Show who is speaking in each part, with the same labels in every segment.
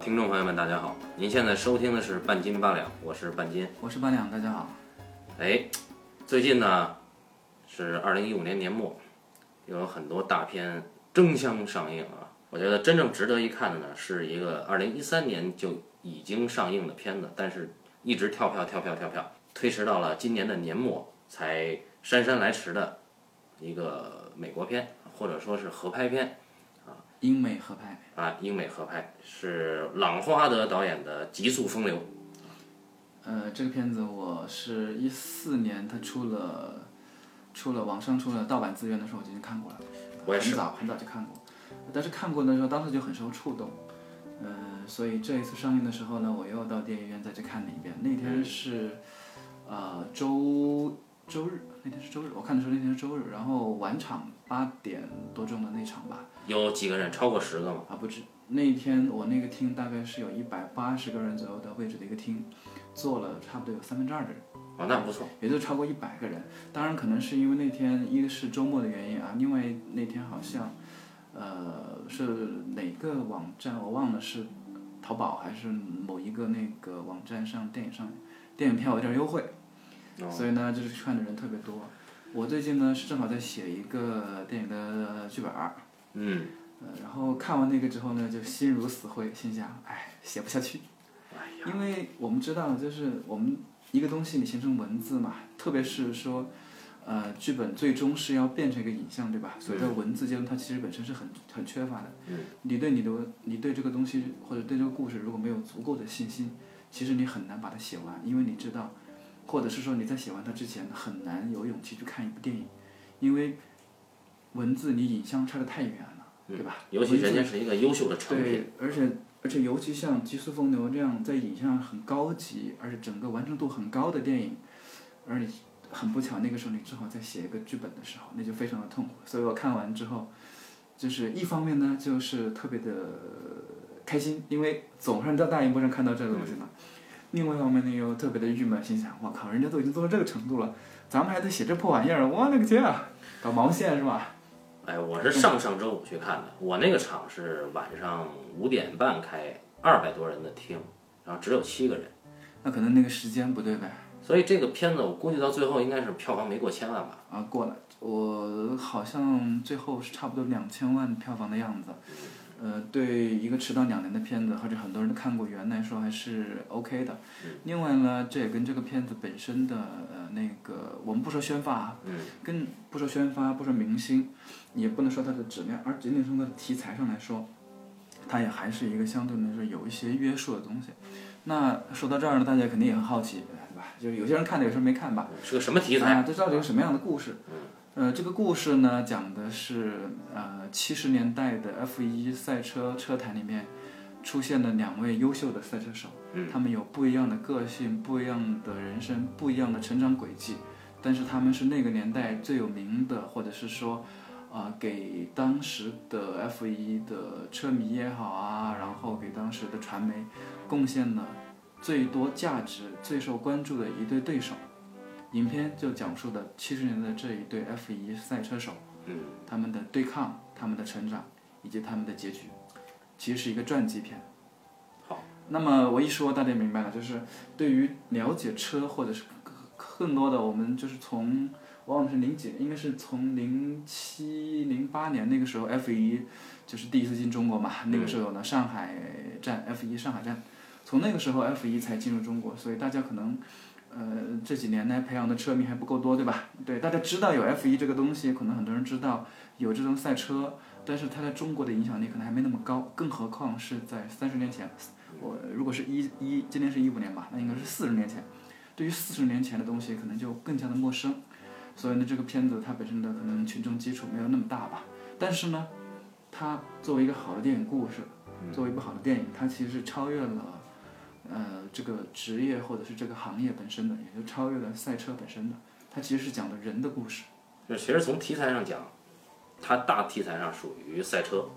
Speaker 1: 听众朋友们，大家好！您现在收听的是半斤八两，我是半斤。
Speaker 2: 我是八两，大家好。
Speaker 1: 哎，最近呢是二零一五年年末，又有很多大片争相上映啊。我觉得真正值得一看的呢，是一个二零一三年就已经上映的片子，但是一直跳票跳票跳票，推迟到了今年的年末才姗姗来迟的一个美国片，或者说是合拍片。
Speaker 2: 英美合拍，
Speaker 1: 啊，英美合拍是朗花德导演的《极速风流》，
Speaker 2: 呃，这个片子我是一四年它出了，出了网上出了盗版资源的时候我就已经看过了，
Speaker 1: 我也
Speaker 2: 很早很早就看过，呃但是看过的时候当时就很受触动，呃，所以这一次上映的时候呢，我又到电影院再去看了一遍。那天是，呃，周周日，那天是周日，我看的时候那天是周日，然后晚场八点多钟的那场吧。
Speaker 1: 有几个人超过十个吗？
Speaker 2: 啊，不止。那天我那个厅大概是有一百八十个人左右的位置的一个厅，坐了差不多有三分之二的人，
Speaker 1: 哦，那不错。
Speaker 2: 也就超过一百个人。当然，可能是因为那天一个是周末的原因啊，另外那天好像，呃，是哪个网站我忘了是淘宝还是某一个那个网站上电影上电影票有点优惠，
Speaker 1: 哦
Speaker 2: 所以呢，就是看的人特别多。我最近呢是正好在写一个电影的剧本儿。
Speaker 1: 嗯，
Speaker 2: 呃，然后看完那个之后呢，就心如死灰，心想，哎，写不下去。因为我们知道，就是我们一个东西你形成文字嘛，特别是说，呃，剧本最终是要变成一个影像，对吧？所以在文字阶段，它其实本身是很很缺乏的。嗯、你对你的你对这个东西或者对这个故事如果没有足够的信心，其实你很难把它写完，因为你知道，或者是说你在写完它之前很难有勇气去看一部电影，因为文字离影像差得太远了，对吧？
Speaker 1: 尤其人家是一个优秀的成品，
Speaker 2: 对，而且而且尤其像《极速风流》这样在影像很高级，而且整个完成度很高的电影，而你很不巧那个时候你正好在写一个剧本的时候，那就非常的痛苦。所以我看完之后，就是一方面呢就是特别的开心，因为总是在大荧幕上看到这个东西嘛。另外一方面呢，又特别的郁闷，心想：我靠，人家都已经做到这个程度了，咱们还在写这破玩意儿，我勒个去啊！搞毛线是吧？
Speaker 1: 哎，我是上上周五去看的，我那个场是晚上五点半开，二百多人的厅，然后只有七个人，
Speaker 2: 那可能那个时间不对呗。
Speaker 1: 所以这个片子我估计到最后应该是票房没过千万吧。
Speaker 2: 啊，过了，我好像最后是差不多两千万票房的样子。呃，对一个迟到两年的片子，或者很多人都看过原来说还是 OK 的。另外呢，这也跟这个片子本身的呃那个，我们不说宣发啊，跟不说宣发，不说明星，也不能说它的质量，而仅仅从它的题材上来说，它也还是一个相对来说有一些约束的东西。那说到这儿呢，大家肯定也很好奇，对吧？就是有些人看了，有些人没看吧。
Speaker 1: 是个什么题材？
Speaker 2: 啊，这到底是什么样的故事？呃，这个故事呢，讲的是呃七十年代的 F 1赛车车坛里面出现了两位优秀的赛车手，他们有不一样的个性、不一样的人生、不一样的成长轨迹，但是他们是那个年代最有名的，或者是说。啊、给当时的 F 1的车迷也好啊，然后给当时的传媒贡献了最多价值、最受关注的一对对手。影片就讲述了七十年代这一对 F 1赛车手，嗯，他们的对抗、他们的成长以及他们的结局，其实是一个传记片。好，那么我一说大家明白了，就是对于了解车或者是更更多的，我们就是从我忘了是零几，应该是从零七零八年那个时候 F 1就是第一次进中国嘛，那个时候有了上海站 F 1上海站，从那个时候 F 1才进入中国，所以大家可能。呃，这几年呢，培养的车迷还不够多，对吧？对，大家知道有 F 1这个东西，可能很多人知道有这种赛车，但是它在中国的影响力可能还没那么高，更何况是在三十年前，我如果是一一，今年是一五年吧，那应该是四十年前，对于四十年前的东西，可能就更加的陌生，所以呢，这个片子它本身的可能群众基础没有那么大吧，但是呢，它作为一个好的电影故事，
Speaker 1: 嗯
Speaker 2: 作为一部好的电影，它其实是超越了。呃，这个职业或者是这个行业本身的，也就超越了赛车本身的。它其实是讲的人的故事。
Speaker 1: 就其实从题材上讲，它大题材上属于赛车，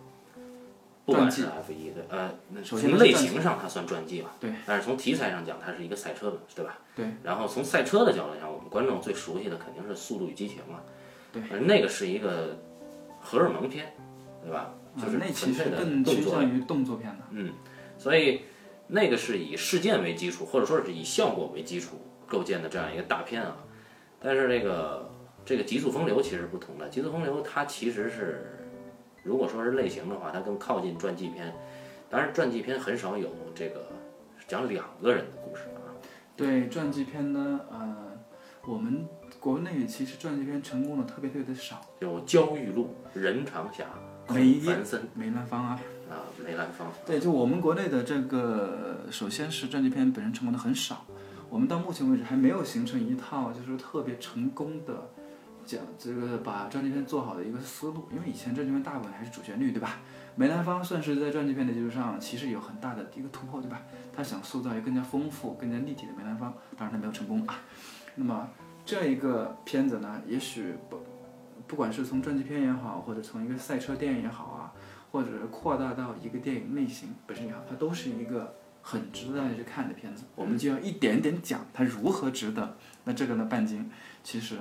Speaker 1: 不管是 F 一的，呃，那
Speaker 2: 首先
Speaker 1: 从
Speaker 2: 是
Speaker 1: 类型上它算传记吧，
Speaker 2: 对。
Speaker 1: 但是从题材上讲，它是一个赛车的，对吧？
Speaker 2: 对。
Speaker 1: 然后从赛车的角度上，我们观众最熟悉的肯定是《速度与激情》嘛，
Speaker 2: 对
Speaker 1: 而那个是一个荷尔蒙片，对吧？
Speaker 2: 啊
Speaker 1: 就是
Speaker 2: 那
Speaker 1: 纯
Speaker 2: 其实
Speaker 1: 粹的
Speaker 2: 更
Speaker 1: 动
Speaker 2: 倾
Speaker 1: 作。
Speaker 2: 向于动作片的。
Speaker 1: 嗯，所以那个是以事件为基础，或者说是以效果为基础构建的这样一个大片啊。但是这个这个《极速风流》其实不同的，《极速风流》它其实是，如果说是类型的话，它更靠近传记片。当然，传记片很少有这个讲两个人的故事啊。
Speaker 2: 对传记片呢，呃，我们国内其实传记片成功的特别特别的少，
Speaker 1: 有《焦裕禄》《任长霞》
Speaker 2: 梅
Speaker 1: 孔繁森
Speaker 2: 梅兰芳啊，
Speaker 1: 啊，梅兰芳。
Speaker 2: 对，就我们国内的这个，呃首先是传记片本身成功的很少，我们到目前为止还没有形成一套就是说特别成功的讲这个把传记片做好的一个思路，因为以前传记片大部分还是主旋律，对吧？梅兰芳算是在传记片的基础上，其实有很大的一个突破，对吧？他想塑造一个更加丰富、更加立体的梅兰芳，当然他没有成功啊。那么这一个片子呢，也许不不管是从传记片也好，或者从一个赛车电影也好啊，或者是扩大到一个电影类型本身也好，它都是一个很值得大家去看的片子。我们就要一点一点讲它如何值得。那这个呢，半斤，其实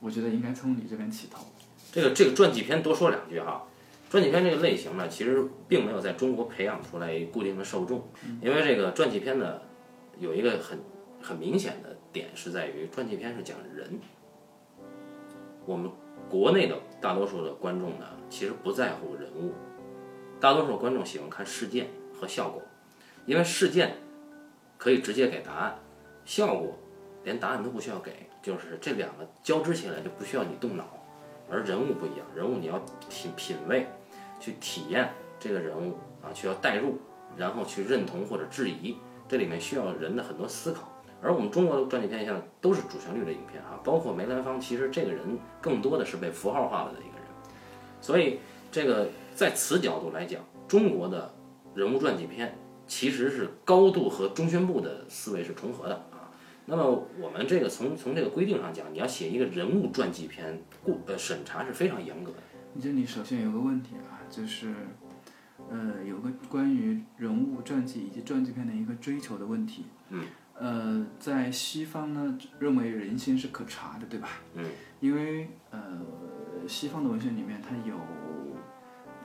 Speaker 2: 我觉得应该从你这边起头。
Speaker 1: 这个这个传记片多说两句哈，传记片这个类型呢，其实并没有在中国培养出来固定的受众，因为这个传记片呢，有一个很很明显的点是在于传记片是讲人，我们国内的大多数的观众呢，其实不在乎人物，大多数观众喜欢看事件和效果，因为事件可以直接给答案，效果连答案都不需要给，就是这两个交织起来就不需要你动脑。而人物不一样，人物你要品品味，去体验这个人物啊，去要代入，然后去认同或者质疑，这里面需要人的很多思考。而我们中国的传记片像都是主旋律的影片啊，包括梅兰芳，其实这个人更多的是被符号化了的一个人。所以这个在此角度来讲，中国的人物传记片其实是高度和中宣部的思维是重合的啊。那么我们这个从从这个规定上讲，你要写一个人物传记片，故呃审查是非常严格的。
Speaker 2: 你这里首先有个问题啊，就是，呃，有个关于人物传记以及传记片的一个追求的问题。
Speaker 1: 嗯。
Speaker 2: 呃，在西方呢，认为人性是可查的，对吧？
Speaker 1: 嗯。
Speaker 2: 因为呃，西方的文学里面，它有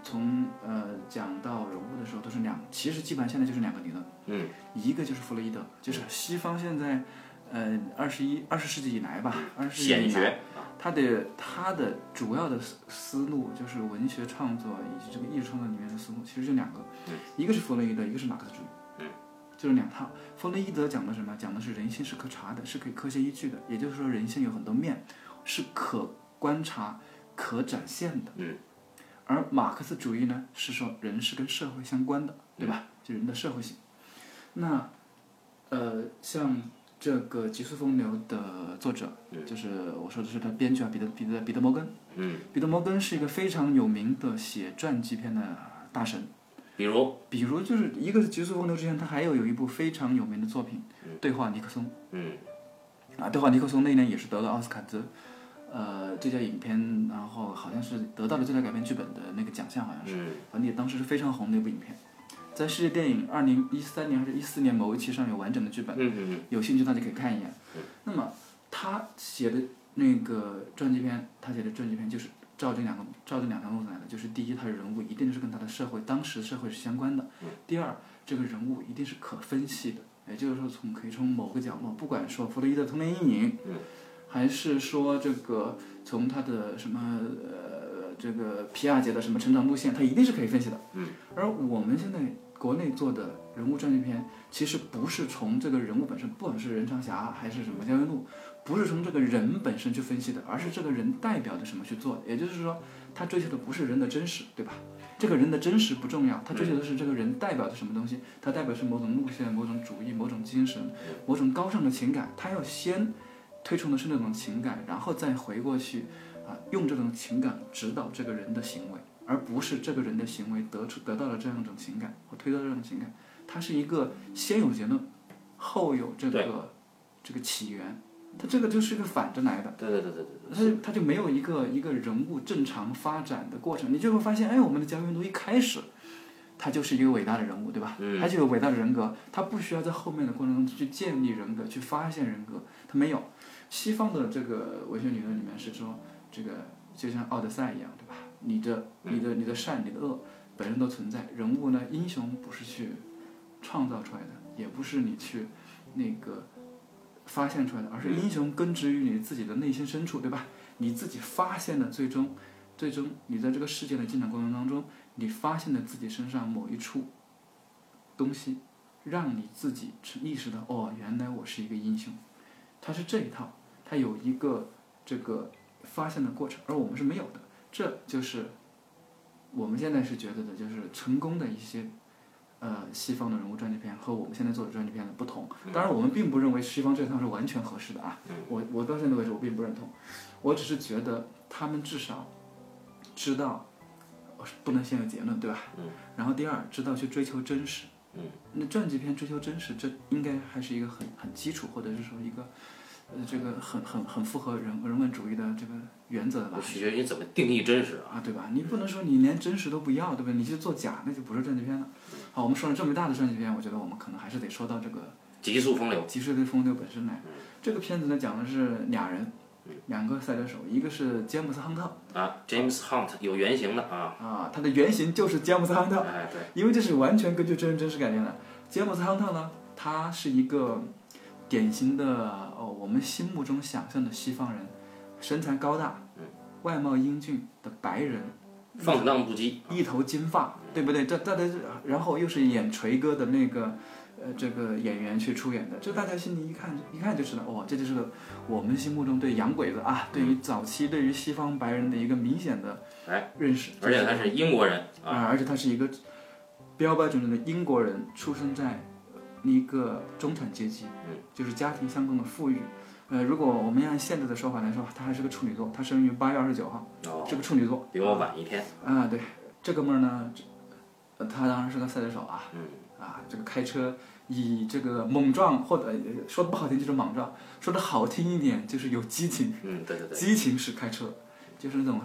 Speaker 2: 从呃讲到人物的时候，都是两，其实基本上现在就是两个理论，
Speaker 1: 嗯
Speaker 2: 一个就是弗洛伊德，就是西方现在，呃，二十一二十世纪以来吧，二十世纪以
Speaker 1: 显
Speaker 2: 来
Speaker 1: 学，
Speaker 2: 他的他的主要的思思路就是文学创作以及这个艺术创作里面的思路，其实就两个，一个是弗洛伊德，一个是马克思主义，就是两套。弗洛伊德讲的什么？讲的是人性是可查的，是可以科学依据的，也就是说人性有很多面，是可观察、可展现的。
Speaker 1: 嗯。
Speaker 2: 而马克思主义呢，是说人是跟社会相关的，对吧？就人的社会性。那，呃，像这个《极速风流》的作者，就是我说的是他编剧啊，彼得彼得彼得摩根。
Speaker 1: 嗯，
Speaker 2: 彼得摩根是一个非常有名的写传记片的大神。
Speaker 1: 比如
Speaker 2: 比如就是一个是《极速风流》之前，他还有有一部非常有名的作品，对话尼克松》
Speaker 1: 嗯
Speaker 2: 啊，《对话尼克松》那一年也是得了奥斯卡的，呃，最佳影片，然后好像是得到了最佳改编剧本的那个奖项，好像是，
Speaker 1: 嗯
Speaker 2: 反正也当时是非常红的一部影片，在世界电影二零一三年还是一四年某一期上有完整的剧本。
Speaker 1: 嗯嗯
Speaker 2: 有兴趣大家可以看一眼。那么他写的那个传记片，他写的传记片就是照这两个照这两条路子来的，就是第一，他的人物一定是跟他的社会当时社会是相关的；
Speaker 1: 嗯
Speaker 2: 第二，这个人物一定是可分析的，也就是说从可以从某个角落，不管说弗洛伊德童年阴影，
Speaker 1: 嗯
Speaker 2: 还是说这个从他的什么呃这个皮亚杰的什么成长路线，他一定是可以分析的。
Speaker 1: 嗯，
Speaker 2: 而我们现在国内做的人物传记片。其实不是从这个人物本身，不管是任长霞还是什么焦裕禄，不是从这个人本身去分析的，而是这个人代表着什么去做的。也就是说，他追求的不是人的真实，对吧？这个人的真实不重要，他追求的是这个人代表着什么东西，他代表是某种路线、某种主义、某种精神、某种高尚的情感。他要先推崇的是那种情感，然后再回过去啊、用这种情感指导这个人的行为，而不是这个人的行为得出得到了这样一种情感或推到这种情感。它是一个先有结论，后有这个这个起源，它这个就是一个反着来的。
Speaker 1: 嗯，对对对对对
Speaker 2: 它它就没有一个一个人物正常发展的过程，你就会发现，哎，我们的焦裕禄一开始，他就是一个伟大的人物，对吧？他就有伟大的人格，他不需要在后面的过程中去建立人格、去发现人格，他没有。西方的这个文学理论里面是说，这个就像《奥德赛》一样，对吧？你的、你的、你的善、你的恶本身都存在，人物呢，英雄不是去创造出来的，也不是你去那个发现出来的，而是英雄根植于你自己的内心深处，对吧？你自己发现的，最终，最终你在这个世界的进展过程当中，你发现了自己身上某一处东西，让你自己意识到，哦，原来我是一个英雄。它是这一套，它有一个这个发现的过程，而我们是没有的。这就是我们现在是觉得的，就是成功的一些呃西方的人物传记片和我们现在做的传记片的不同。当然，我们并不认为西方这一套是完全合适的啊。我我到现在为止我并不认同，我只是觉得他们至少知道呃不能先有结论，对吧？然后第二，知道去追求真实。那传记片追求真实，这应该还是一个很很基础，或者是说一个，呃，这个很很很符合人人文主义的这个原则的吧？
Speaker 1: 取决于你怎么定义真实啊。
Speaker 2: 啊，对吧？你不能说你连真实都不要，对不对？你去做假，那就不是传记片了。好，我们说了这么大的传记片，我觉得我们可能还是得说到这个
Speaker 1: 极速风流，嗯
Speaker 2: 《极速的风流》本身来。这个片子呢，讲的是俩人，两个赛车手，一个是詹姆斯·亨特
Speaker 1: 啊，James Hunt 有原型的啊。
Speaker 2: 啊，他的原型就是詹姆斯·亨特。
Speaker 1: 哎，对，
Speaker 2: 因为这是完全根据真人真事改编的。詹姆斯·亨特呢，他是一个典型的哦，我们心目中想象的西方人，身材高大，
Speaker 1: 嗯
Speaker 2: 外貌英俊的白人，
Speaker 1: 放荡不羁，
Speaker 2: 一头金发，对不对？这大家然后又是演锤哥的那个呃这个演员去出演的，这大家心里一看一看就知道，哦，这就是我们心目中对洋鬼子
Speaker 1: 嗯
Speaker 2: 啊，对于早期对于西方白人的一个明显的
Speaker 1: 哎
Speaker 2: 认识，
Speaker 1: 而且他是英国人啊，
Speaker 2: 啊，而且他是一个标标准准的英国人，出生在一个中产阶级，
Speaker 1: 嗯
Speaker 2: 就是家庭相当的富裕。呃，如果我们按现在的说法来说，他还是个处女座，他生于八月二十九号，
Speaker 1: 哦，
Speaker 2: 是个处女座。
Speaker 1: 比我晚一天，
Speaker 2: 啊，对，这哥们儿呢，这呃他当然是个赛车手啊，
Speaker 1: 嗯
Speaker 2: 啊，这个开车以这个莽撞，或者呃说的不好听就是莽撞，说的好听一点就是有激情，
Speaker 1: 嗯，对对对，
Speaker 2: 激情式开车，就是那种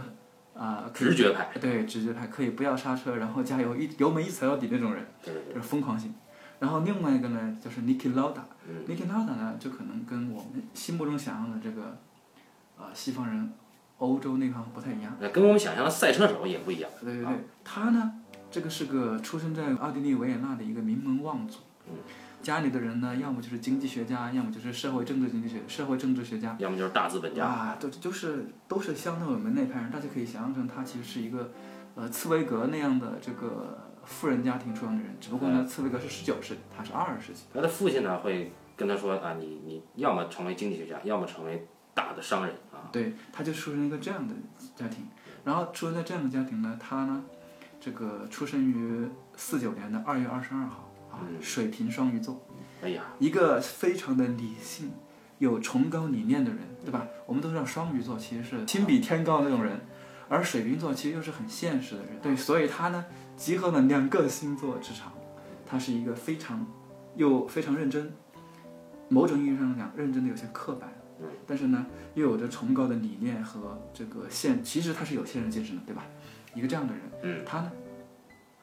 Speaker 2: 啊、可以
Speaker 1: 直觉派，
Speaker 2: 对，直觉派可以不要刹车，然后加油一油门一踩到底那种人，
Speaker 1: 对对对，
Speaker 2: 就是疯狂型。然后另外一个呢，就是 Niki Lauda。Niki
Speaker 1: 嗯
Speaker 2: Lauda 呢，就可能跟我们心目中想象的这个，呃，西方人、欧洲那方不太一样。
Speaker 1: 那跟我们想象的赛车手也不一样，
Speaker 2: 对对对，他呢，这个是个出生在奥地利维也纳的一个名门望族。家里的人呢，要么就是经济学家，要么就是社会政治经济学社会政治学家。
Speaker 1: 要么就是大资本家，
Speaker 2: 啊，都就是都是相当有门那派人，大家可以想象成他其实是一个，呃，茨威格那样的这个富人家庭出生的人，只不过呢，茨威格是十九世纪，他是二十世纪。
Speaker 1: 他的父亲呢会跟他说啊，你你要么成为经济学家，要么成为大的商人啊，
Speaker 2: 对，他就出生一个这样的家庭，然后出生在这样的家庭呢，他呢，这个出生于四九年的二月二十二号啊，水瓶双鱼座。
Speaker 1: 哎呀，
Speaker 2: 一个非常的理性、有崇高理念的人，对吧？我们都知道双鱼座其实是心比天高的那种人，而水瓶座其实又是很现实的人，对，所以他呢集合了两个星座之长，他是一个非常又非常认真，某种意义上讲认真的有些刻板，但是呢又有着崇高的理念和这个现，其实他是有现实精神的，对吧？一个这样的人，
Speaker 1: 嗯
Speaker 2: 他呢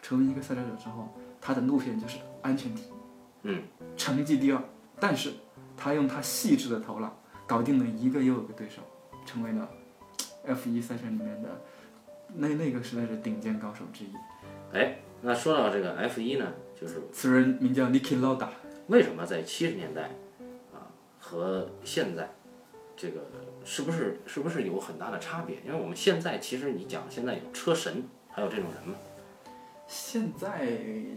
Speaker 2: 成为一个赛车手之后，他的路线就是安全第一。成绩第二，但是他用他细致的头脑搞定了一个又一个对手，成为了 F 1赛车里面的那那个时代的顶尖高手之一。
Speaker 1: 哎，那说到这个 F 一呢，就是
Speaker 2: 此人名叫 Niki Lauda。
Speaker 1: 为什么在七十年代啊和现在这个是不是是不是有很大的差别？因为我们现在其实你讲现在有车神，还有这种人嘛，
Speaker 2: 现在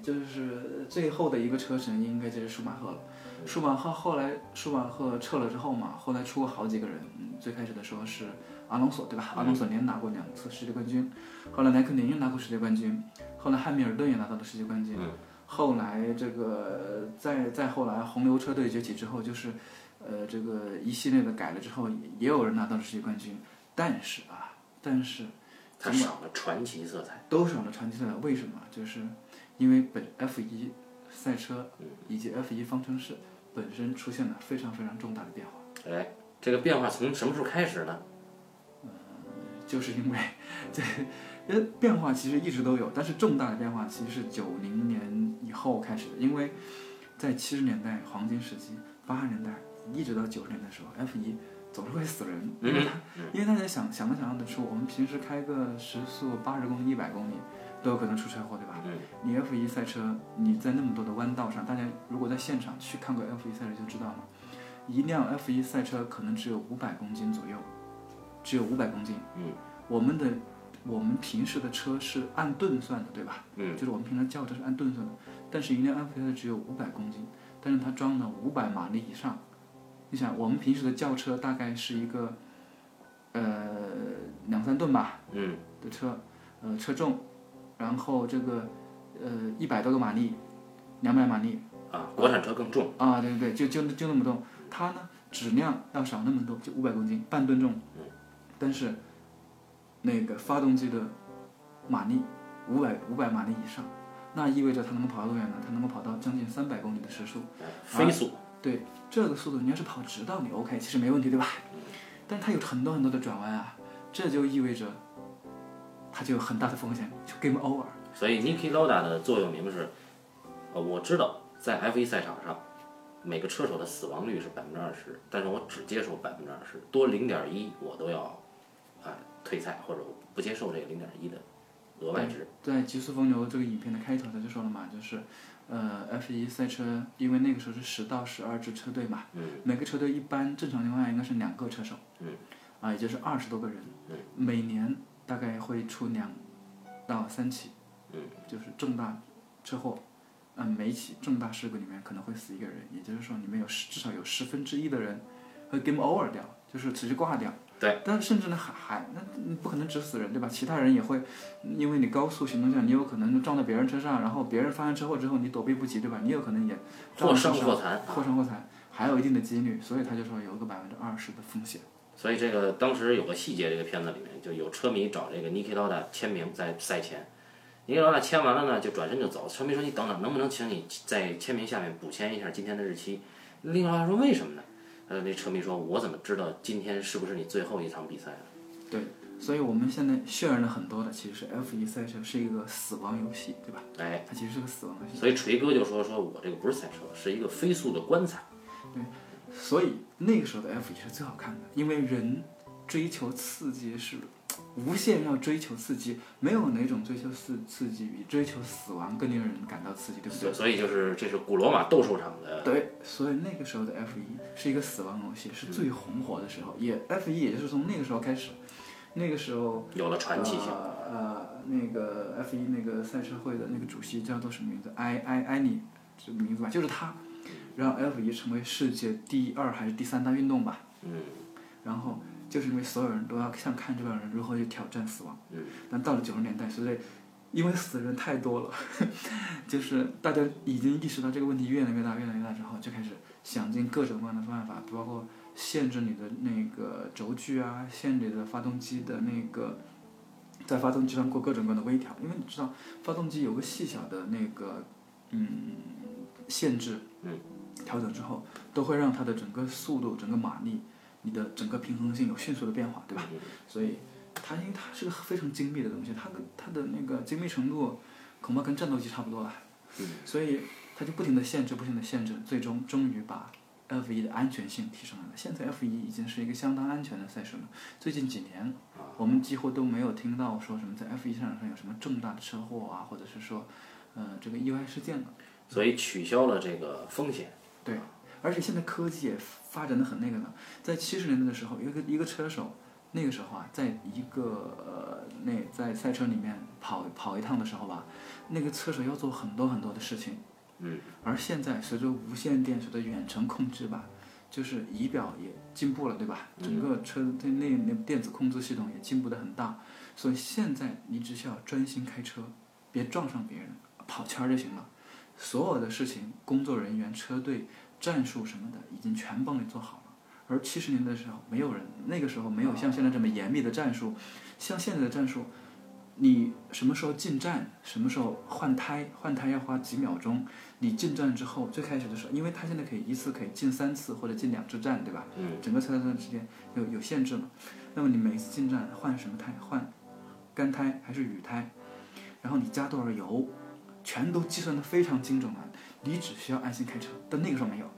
Speaker 2: 就是最后的一个车神，应该就是舒马赫了。舒马赫后来，舒马赫撤了之后嘛，后来出过好几个人。嗯，最开始的时候是阿隆索，对吧？阿隆索连拿过两次世界冠军，后来莱克宁又拿过世界冠军，后来汉密尔顿也拿到了世界冠军。后来这个再再后来红牛车队崛起之后，就是呃这个一系列的改了之后，也也有人拿到了世界冠军。但是啊，但是
Speaker 1: 他少了传奇色彩。
Speaker 2: 都上了传奇赛，为什么？就是因为本 F 一赛车以及 F 一方程式本身出现了非常非常重大的变化，
Speaker 1: 哎，这个变化从什么时候开始呢？
Speaker 2: 就是因为这，因为变化其实一直都有，但是重大的变化其实是九零年以后开始的，因为在七十年代黄金时期、八十年代一直到九十年代的时候，F 一总是会死人，因为它因为大家想想都想象得出，我们平时开个时速八十公里、一百公里，都有可能出车祸，对吧？嗯。你 F 一赛车，你在那么多的弯道上，大家如果在现场去看过 F 一赛车就知道了，一辆 F 一赛车可能只有五百公斤左右，只有五百公斤。
Speaker 1: 嗯。
Speaker 2: 我们的我们平时的车是按吨算的，对吧？
Speaker 1: 嗯。
Speaker 2: 就是我们平常叫车是按吨算的，但是一辆 F 一赛车只有五百公斤，但是它装了五百马力以上。你想，我们平时的轿车大概是一个，呃，两三吨吧
Speaker 1: 嗯
Speaker 2: 的车，呃，车重，然后这个，呃，一百多个马力，两百马力，
Speaker 1: 啊，国产车更重。
Speaker 2: 啊，对对对，就就就那么重，它呢质量要少那么多，就五百公斤，半吨重。但是那个发动机的马力五百五百马力以上，那意味着它能够跑多远呢？它能够跑到将近三百公里的时速。
Speaker 1: 哎飞速，
Speaker 2: 对，这个速度你要是跑直道你 OK，其实没问题，对吧？ 但它有很多很多的转弯啊，这就意味着它就有很大的风险，就 game over。
Speaker 1: 所以 Niki Loda 的座右铭是：呃，我知道在 F1 赛场上，每个车手的死亡率是百分之二十，但是我只接受百分之二十，多零点一我都要啊、退赛或者我不接受这个零点一的额外值。
Speaker 2: 在《极速风流》这个影片的开头，他就说了嘛，就是，呃，F 一赛车，因为那个时候是十到十二支车队嘛，
Speaker 1: 嗯
Speaker 2: 每个车队一般正常情况下应该是两个车手，
Speaker 1: 嗯
Speaker 2: 啊，也就是二十多个人，
Speaker 1: 嗯
Speaker 2: 每年大概会出两到三起，
Speaker 1: 嗯
Speaker 2: 就是重大车祸，嗯、每一起重大事故里面可能会死一个人，也就是说，你们有十至少有十分之一的人会 game over 掉，就是直接挂掉。
Speaker 1: 对。
Speaker 2: 但甚至呢，还还那你不可能只死人对吧？其他人也会，因为你高速行动下，你有可能撞到别人车上，然后别人发生车祸之后，你躲避不及对吧？你有可能也
Speaker 1: 或伤
Speaker 2: 或
Speaker 1: 或残啊
Speaker 2: 或伤或残，还有一定的几率，所以他就说有一个百分之二十的风险。
Speaker 1: 所以这个当时有个细节，这个片子里面就有车迷找这个 Niki Lauda 签名，在赛前，Niki Lauda 签完了呢，就转身就走。车迷说：“你等等，能不能请你在签名下面补签一下今天的日期？”Niki Lauda 说：“为什么呢？”呃，那车迷说：“我怎么知道今天是不是你最后一场比赛啊呢
Speaker 2: 对，所以我们现在渲染了很多的，其实是 F 一赛车是一个死亡游戏，对吧？？”
Speaker 1: 哎，
Speaker 2: 它其实是个死亡游戏。
Speaker 1: 所以锤哥就说：“说我这个不是赛车，是一个飞速的棺材。
Speaker 2: 所以那个时候的 F 也是最好看的，因为人追求刺激是无限要追求刺激，没有哪种追求刺刺激比追求死亡更令人感到刺激，对不
Speaker 1: 所
Speaker 2: 对？
Speaker 1: 所以就是这是古罗马斗兽场的
Speaker 2: 对，所以那个时候的 F 一是一个死亡游戏，是最红火的时候，也 F 一也就是从那个时候开始，那个时候
Speaker 1: 有了传奇性。
Speaker 2: 呃呃，那个 F 一那个赛车会的那个主席叫做什么名字？埃埃埃里，这个名字吧，就是他，让 F 一成为世界第二还是第三大运动吧。
Speaker 1: 嗯
Speaker 2: 然后就是因为所有人都要像看这帮人如何去挑战死亡。
Speaker 1: 嗯
Speaker 2: 但到了九十年代，随着因为死人太多了， 就是大家已经意识到这个问题越来越大，越来越大之后，就开始想尽各种各样的办法，包括限制你的那个轴距啊，限制你的发动机的那个。在发动机上过各种各样的微调，因为你知道发动机有个细小的那个嗯限制，
Speaker 1: 嗯，
Speaker 2: 调整之后都会让它的整个速度、整个马力、你的整个平衡性有迅速的变化，对吧？
Speaker 1: 嗯
Speaker 2: 所以它因为它是个非常精密的东西，它的它的那个精密程度恐怕跟战斗机差不多了，
Speaker 1: 嗯
Speaker 2: 所以它就不停的限制，不停的限制，最终终于把 F 一的安全性提升了。现在 F 一已经是一个相当安全的赛事了。最近几年，我们几乎都没有听到说什么在 F 一赛场上有什么重大的车祸啊，或者是说，呃，这个意外事件了。
Speaker 1: 所以取消了这个风险。
Speaker 2: 对，而且现在科技也发展的很那个呢。在七十年代的时候，一个一个车手，那个时候啊，在一个呃那在赛车里面跑跑一趟的时候吧，那个车手要做很多很多的事情。
Speaker 1: 嗯。
Speaker 2: 而现在随着无线电、随着远程控制吧，就是仪表也进步了，对吧？整个车那那那电子控制系统也进步的很大，所以现在你只需要专心开车，别撞上别人，跑圈儿就行了。所有的事情，工作人员、车队、战术什么的，已经全帮你做好了。而七十年代的时候，没有人，那个时候没有像现在这么严密的战术，像现在的战术，你什么时候进站，什么时候换胎，换胎要花几秒钟。你进站之后，最开始的时候，因为它现在可以一次可以进三次或者进两次站，对吧？
Speaker 1: 嗯，
Speaker 2: 整个赛道的时间有有限制嘛。那么你每次进站换什么胎，换干胎还是雨胎，然后你加多少油，全都计算的非常精准了。你只需要安心开车，但那个时候没有。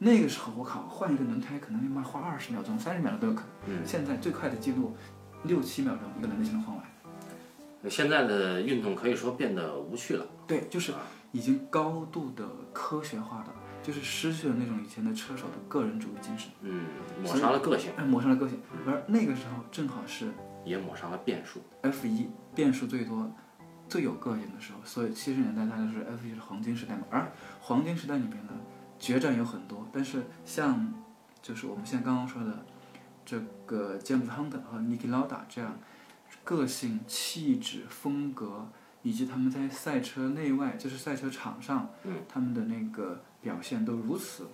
Speaker 2: 那个时候我靠，换一个轮胎可能要花二十秒钟、三十秒钟都有可能。
Speaker 1: 嗯
Speaker 2: 现在最快的记录，六七秒钟一个轮胎就能换完。
Speaker 1: 现在的运动可以说变得无趣了。
Speaker 2: 对，就是已经高度的科学化了，就是失去了那种以前的车手的个人主义精神，
Speaker 1: 嗯，抹杀了个性，
Speaker 2: 哎，抹上了个性。而那个时候正好是
Speaker 1: 也抹杀了变数。
Speaker 2: F 一变数最多、最有个性的时候，所以七十年代大家说 F 一是黄金时代嘛。而黄金时代里面呢，决战有很多，但是像就是我们现在刚刚说的这个 James Hunter 和 Niki Lauda 这样个性、气质、风格，以及他们在赛车内外，就是赛车场上，他们的那个表现都如此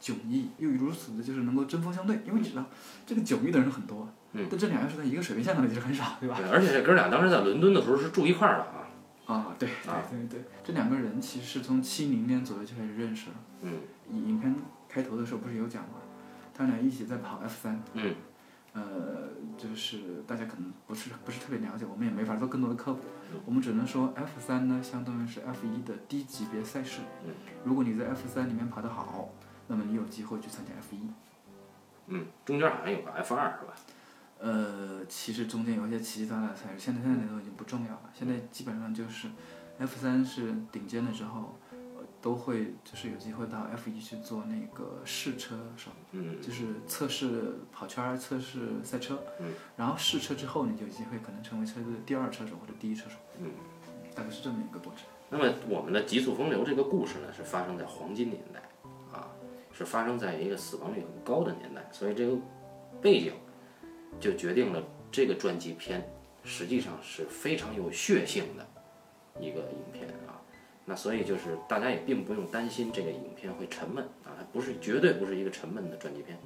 Speaker 2: 迥异，又如此的就是能够针锋相对。因为你知道，这个迥异的人很多，但这俩要是在一个水平线上的就是很少，对吧？
Speaker 1: 对，而且这哥俩当时在伦敦的时候是住一块儿的啊。
Speaker 2: 啊，对对对对，这两个人其实是从七零年左右就开始认识了。
Speaker 1: 嗯
Speaker 2: 影影片开头的时候不是有讲吗？他俩一起在跑 F 三，
Speaker 1: 嗯
Speaker 2: 呃，就是大家可能不是不是特别了解，我们也没法做更多的科普，
Speaker 1: 嗯
Speaker 2: 我们只能说 F 三呢，相当于是 F 一的低级别赛事。
Speaker 1: 嗯
Speaker 2: 如果你在 F 三里面跑得好，那么你有机会去参加 F 一。
Speaker 1: 嗯，中间好像有个 F 二是吧？
Speaker 2: 呃，其实中间有一些奇奇怪怪的赛事，现在现在都已经不重要了。现在基本上就是 F 三是顶尖的之后，呃都会就是有机会到 F 一去做那个试车手，
Speaker 1: 嗯
Speaker 2: 就是测试跑圈儿、测试赛车。
Speaker 1: 嗯
Speaker 2: 然后试车之后，你就有机会可能成为车队的第二车手或者第一车手，
Speaker 1: 嗯。
Speaker 2: 大概是这么一个过程。
Speaker 1: 那么我们的《极速风流》这个故事呢，是发生在黄金年代啊，是发生在一个死亡率很高的年代，所以这个背景就决定了这个传记片实际上是非常有血性的一个影片啊。那所以就是大家也并不用担心这个影片会沉闷啊，它不是绝对不是一个沉闷的传记片。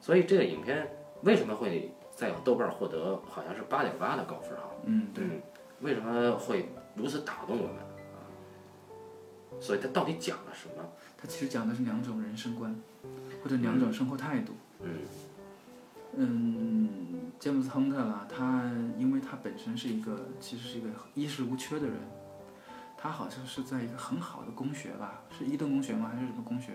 Speaker 1: 所以这个影片为什么会在豆瓣获得好像是八点八的高分哈？
Speaker 2: 嗯，对，
Speaker 1: 嗯，为什么会如此打动我们啊？所以它到底讲了什么？
Speaker 2: 它其实讲的是两种人生观，或者两种生活态度。
Speaker 1: 嗯
Speaker 2: 嗯，詹姆斯·亨特啦，他因为他本身是一个其实是一个衣食无缺的人，他好像是在一个很好的公学吧，是伊顿公学吗？还是什么公学？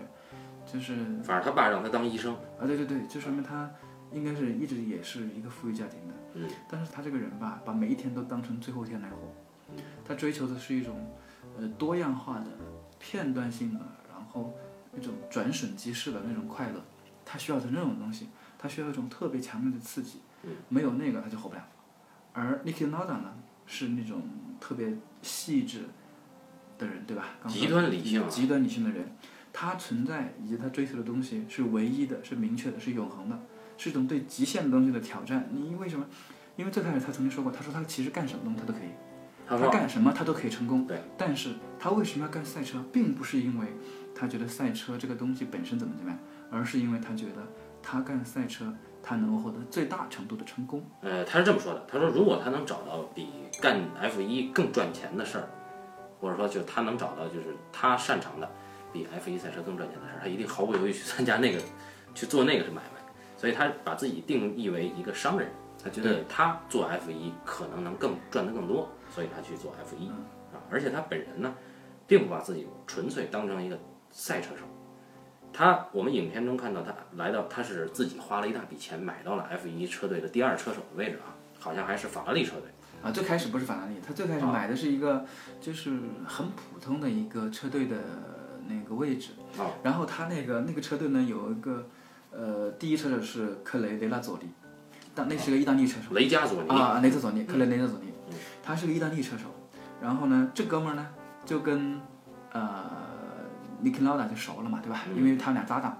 Speaker 2: 就是
Speaker 1: 反正他爸让他当医生，
Speaker 2: 啊，对对对，就说明他应该是一直也是一个富裕家庭的。
Speaker 1: 嗯。
Speaker 2: 但是他这个人吧，把每一天都当成最后一天来活，他追求的是一种呃多样化的、片段性的，然后那种转瞬即逝的那种快乐。他需要的是那种东西，他需要一种特别强烈的刺激，
Speaker 1: 嗯
Speaker 2: 没有那个他就活不了。而 Niki n o d a 呢，是那种特别细致的人，对吧？刚刚
Speaker 1: 极端理性啊
Speaker 2: 极端理性的人，他存在以及他追求的东西是唯一的、是明确的、是永恒的，是一种对极限的东西的挑战。你为什么？因为最开始他曾经说过，他说他其实干什么东西他都可以，
Speaker 1: 他
Speaker 2: 他
Speaker 1: 说
Speaker 2: 干什么他都可以成功。
Speaker 1: 对，
Speaker 2: 但是他为什么要干赛车，并不是因为他觉得赛车这个东西本身怎么怎么样，而是因为他觉得他干赛车，他能够获得最大程度的成功。
Speaker 1: 呃，他是这么说的，他说如果他能找到比干 F 一更赚钱的事儿，或者说就是他能找到就是他擅长的比 F 一赛车更赚钱的事儿，他一定毫不犹豫去参加那个去做那个是买卖，所以他把自己定义为一个商人，他觉得他做 F 一可能能更赚得更多，所以他去做 F 一啊，而且他本人呢，并不把自己纯粹当成一个赛车手。他，我们影片中看到他来到，他是自己花了一大笔钱买到了 F 一车队的第二车手的位置啊，好像还是法拉利车队。
Speaker 2: 啊，最开始不是法拉利，他最开始
Speaker 1: 哦
Speaker 2: 买的是一个就是很普通的一个车队的那个位置。
Speaker 1: 啊
Speaker 2: 然后他那个那个车队呢有一个，呃，第一车手是克雷雷拉佐利，但那是个意大利车手。
Speaker 1: 雷加佐尼，嗯
Speaker 2: 啊，雷特佐尼，克雷雷特佐尼，他是个意大利车手。然后呢，这哥们儿呢就跟呃尼克劳达就熟了嘛，对吧？
Speaker 1: 嗯
Speaker 2: 因为他们俩搭档。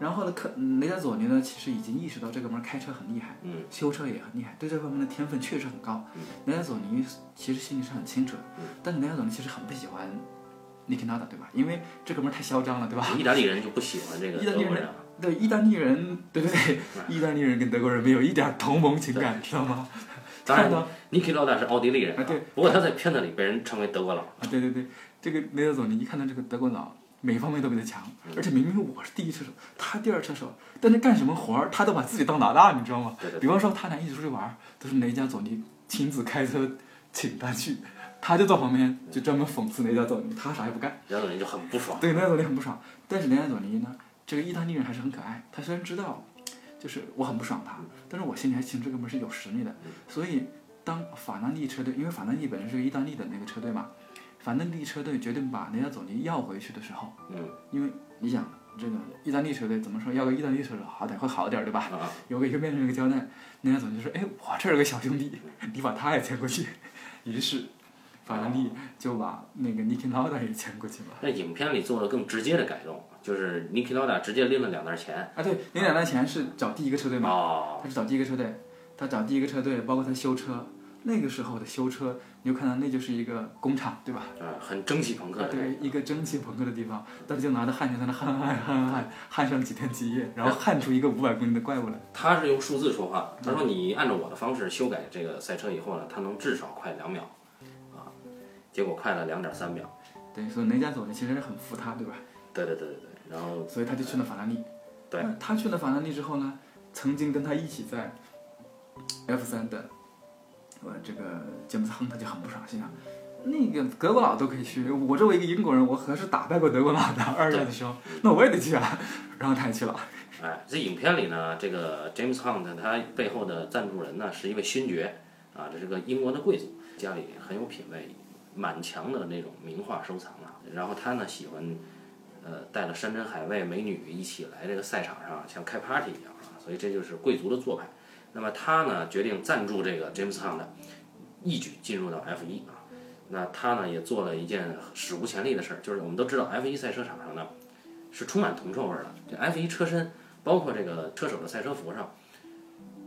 Speaker 2: 然后呢，克雷特佐尼呢，其实已经意识到这哥们儿开车很厉害，
Speaker 1: 嗯
Speaker 2: 修车也很厉害，对这方面的天分确实很高。雷特佐尼其实心里是很清楚的，
Speaker 1: 嗯
Speaker 2: 但雷特佐尼其实很不喜欢尼克劳达，对吧？因为这哥们儿太嚣啊张了，对吧？
Speaker 1: 意大利人就不喜欢这个
Speaker 2: 意大利
Speaker 1: 德
Speaker 2: 人
Speaker 1: 国 人啊。啊
Speaker 2: 对意大利人，对 不对？意大利人跟德国人没有一点儿同盟情感，知道吗？
Speaker 1: 当然
Speaker 2: 看到
Speaker 1: 尼基劳达是奥地利人、
Speaker 2: 啊对，
Speaker 1: 不过他在片子里被人称为德国佬。
Speaker 2: 啊，对对对，这个雷德总，你一看到这个德国佬，每方面都比他强，
Speaker 1: 嗯
Speaker 2: 而且明明我是第一车手，他第二车手，但是干什么活儿，他都把自己当老大，你知道吗？
Speaker 1: 对对
Speaker 2: 比方说他俩一起出去玩儿，都是雷加佐尼亲自开车请他去，他就坐旁边就专门讽刺雷加佐尼，他啥也不干。
Speaker 1: 然后人就很不爽。
Speaker 2: 对，雷加佐尼很不爽，但是雷加佐尼呢，这个意大利人还是很可爱。他虽然知道，就是我很不爽他，但是我心里还清楚这哥们儿是有实力的，所以当法拉利车队，因为法拉利本身是个意大利的那个车队嘛，法拉利车队决定把雷亚佐尼要回去的时候，嗯，因为你想这个意大利车队怎么说，要个意大利车手好歹会好点儿对吧？
Speaker 1: 啊
Speaker 2: 有个就变成一个交代，雷亚佐尼说，哎，我这儿有个小兄弟，你把他也牵过去，于是法拉利就把那个尼基劳达也牵过去了。
Speaker 1: 那影片里做了更直接的改动，就是尼基劳达直接拎了两袋钱。
Speaker 2: 啊，对，那两袋钱是找第一个车队嘛。
Speaker 1: 哦，
Speaker 2: 他是找第一个车队，他找第一个车队，包括他修车。那个时候的修车，你就看到那就是一个工厂，对吧？
Speaker 1: 嗯，很蒸汽朋克的。
Speaker 2: 啊对，一个蒸汽朋克的地方，但是就拿着焊线在那焊焊焊焊焊上几天几夜，然后焊出一个五百公斤的怪物来。
Speaker 1: 他是用数字说话，他说你按照我的方式修改这个赛车以后呢，它能至少快两秒，啊，结果快了两点三秒。
Speaker 2: 对，所以雷加佐呢其实是很服他，对吧？
Speaker 1: 对对对对对，然后
Speaker 2: 所以他就去了法拉利。
Speaker 1: 对
Speaker 2: 那他去了法拉利之后呢，曾经跟他一起在 F 三的，呃，这个詹姆斯亨特就很不爽心啊。那个德国佬都可以去，我作为一个英国人，我何时打败过德国佬的？ 二战的时候，那我也得去啊。 然后他也去了。
Speaker 1: 哎，这影片里呢，这个 James Hunt 他背后的赞助人呢是一位勋爵，啊，这是个英国的贵族，家里很有品位，满墙的那种名画收藏啊。然后他呢喜欢，呃，带了山珍海味、美女一起来这个赛场上，像开 party 一样啊。所以这就是贵族的做派。那么他呢决定赞助这个 James Hunt，一举进入到 F 一啊。那他呢也做了一件史无前例的事儿，就是我们都知道 F 一赛车场上呢是充满铜臭味儿的，这 F 一车身。包括这个车手的赛车服上，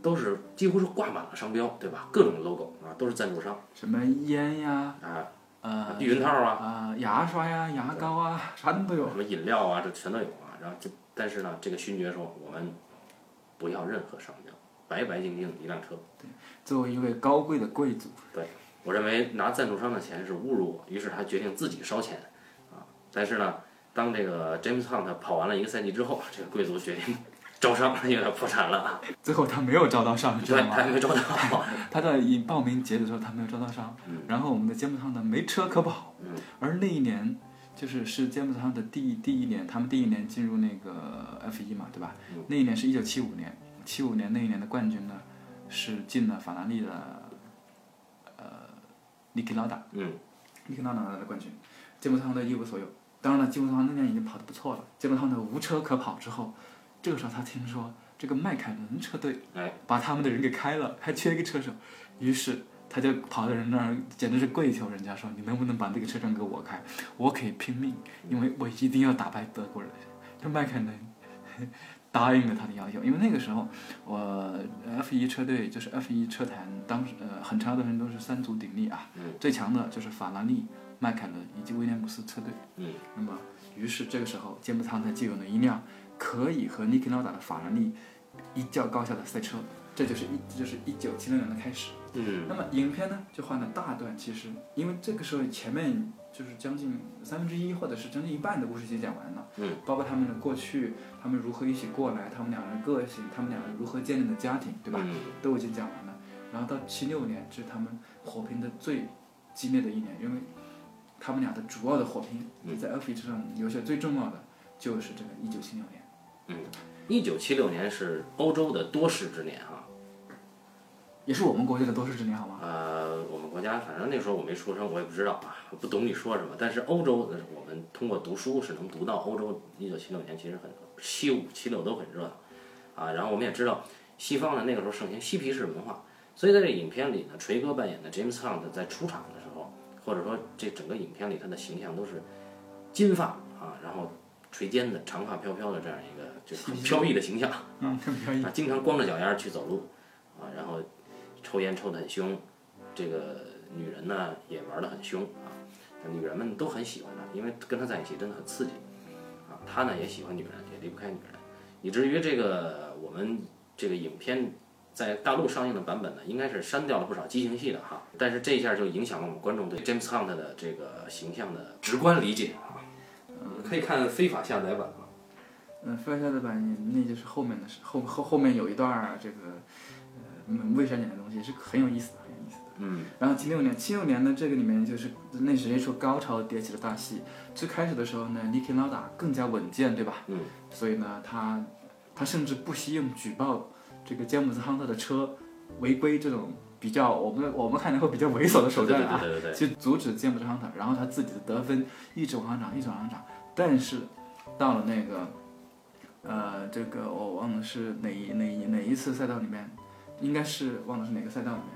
Speaker 1: 都是几乎是挂满了商标，对吧？各种 logo 啊，都是赞助商
Speaker 2: 什么烟呀，
Speaker 1: 啊，
Speaker 2: 呃，
Speaker 1: 避孕套啊，
Speaker 2: 啊，牙刷呀，牙膏啊，啥都有。
Speaker 1: 什么饮料啊，这全都有啊。然后就，但是呢，这个勋爵说，我们不要任何商标，白白净净一辆车。
Speaker 2: 作为一位高贵的贵族，
Speaker 1: 我认为拿赞助商的钱是侮辱我，于是他决定自己烧钱啊。但是呢，当这个 James Hunt 跑完了一个赛季之后，这个贵族决定 招商，有点破产了啊。
Speaker 2: 最后他没有招到上，啊你知
Speaker 1: 对，
Speaker 2: 道
Speaker 1: 他
Speaker 2: 吗？
Speaker 1: 还没招到。
Speaker 2: 他在一报名截止的时候，他没有招到商，
Speaker 1: 嗯
Speaker 2: 然后我们的詹姆斯呢没车可跑，而那一年就是是詹姆斯的第第一年，他们第一年进入那个 F 一嘛，对吧？
Speaker 1: 嗯
Speaker 2: 那一年是一九七五年，七五年那一年的冠军呢是进了法拉利的呃 Niki Lauda，
Speaker 1: 嗯，
Speaker 2: Niki Lauda 拿了冠军，詹姆斯的一无所有。当然了，詹姆斯那年已经跑得不错了，詹姆斯的无车可跑之后，这个时候他听说这个迈凯伦车队。
Speaker 1: 哎，
Speaker 2: 把他们的人给开了，还缺一个车手，于是他就跑到人那儿，简直是跪求人家说：“你能不能把这个车让给我开？我可以拼命，因为我一定要打败德国人。”这迈凯伦 答应了他的要求，因为那个时候我 F 1车队就是 F 1车坛，当时呃很长一段时间都是三足鼎立啊，最强的就是法拉利、迈凯伦以及威廉姆斯车队。
Speaker 1: 嗯，
Speaker 2: 那么于是这个时候，詹姆斯·他就有了一辆可以和 Niki Lauda 的法拉利一较高下的赛车，这就是一这就是一九七六年的开始。
Speaker 1: 嗯，
Speaker 2: 那么影片呢就花了大段，其实因为这个时候前面就是将近三分之一或者是将近一半的故事已经讲完了，
Speaker 1: 嗯，
Speaker 2: 包括他们的过去，他们如何一起过来，他们两人的个性，他们两人如何建立的家庭，对吧？
Speaker 1: 嗯
Speaker 2: 都已经讲完了。然后到七六年，这是他们火拼的最激烈的一年，因为他们俩的主要的火
Speaker 1: 嗯
Speaker 2: 拼在 F 一车上留下最重要的就是这个一九七六年。
Speaker 1: 一九七六年是欧洲的多事之年啊，
Speaker 2: 也是我们国家的多事之年，好吗？
Speaker 1: 呃，我们国家反正那时候我没出生，我也不知道啊，不懂你说什么。但是欧洲，呃我们通过读书是能读到欧洲一九七六年其实很七五七六都很热闹啊。然后我们也知道西方呢那个时候盛行嬉皮士文化，所以在这影片里呢，锤哥扮演的 James Hunt 在出场的时候，或者说这整个影片里他的形象都是金发啊，然后垂肩的长发飘飘的这样一个就是很飘逸的形象。
Speaker 2: 嗯，很飘逸。
Speaker 1: 啊，经常光着脚丫儿去走路，啊，然后抽烟抽得很凶，这个女人呢也玩得很凶啊，女人们都很喜欢他，因为跟他在一起真的很刺激，啊，他呢也喜欢女人，也离不开女人，以至于这个我们这个影片在大陆上映的版本呢，应该是删掉了不少激情戏的哈，但是这一下就影响了我们观众对 James Hunt 的这个形象的直观理解啊，可以看非法下载版啊，
Speaker 2: 嗯，飞下的版那就是后面的事，后后后面有一段儿这个呃未删减的东西是很有意思的，很有意思的。
Speaker 1: 嗯，
Speaker 2: 然后七六年，七六年呢，这个里面就是那是一出高潮迭起的大戏。最开始的时候呢，Niki Lauda 更加稳健，对吧？
Speaker 1: 嗯。
Speaker 2: 所以呢，他他甚至不惜用举报这个詹姆斯·亨特的车违规这种比较我们我们看来会比较猥琐的手段啊，
Speaker 1: 对对对对对
Speaker 2: 去阻止芥末这商场，然后他自己的得分一直往上涨，一直往上涨。但是到了那个，呃，这个我忘了是哪一哪一哪一次赛道里面，应该是忘了是哪个赛道里面，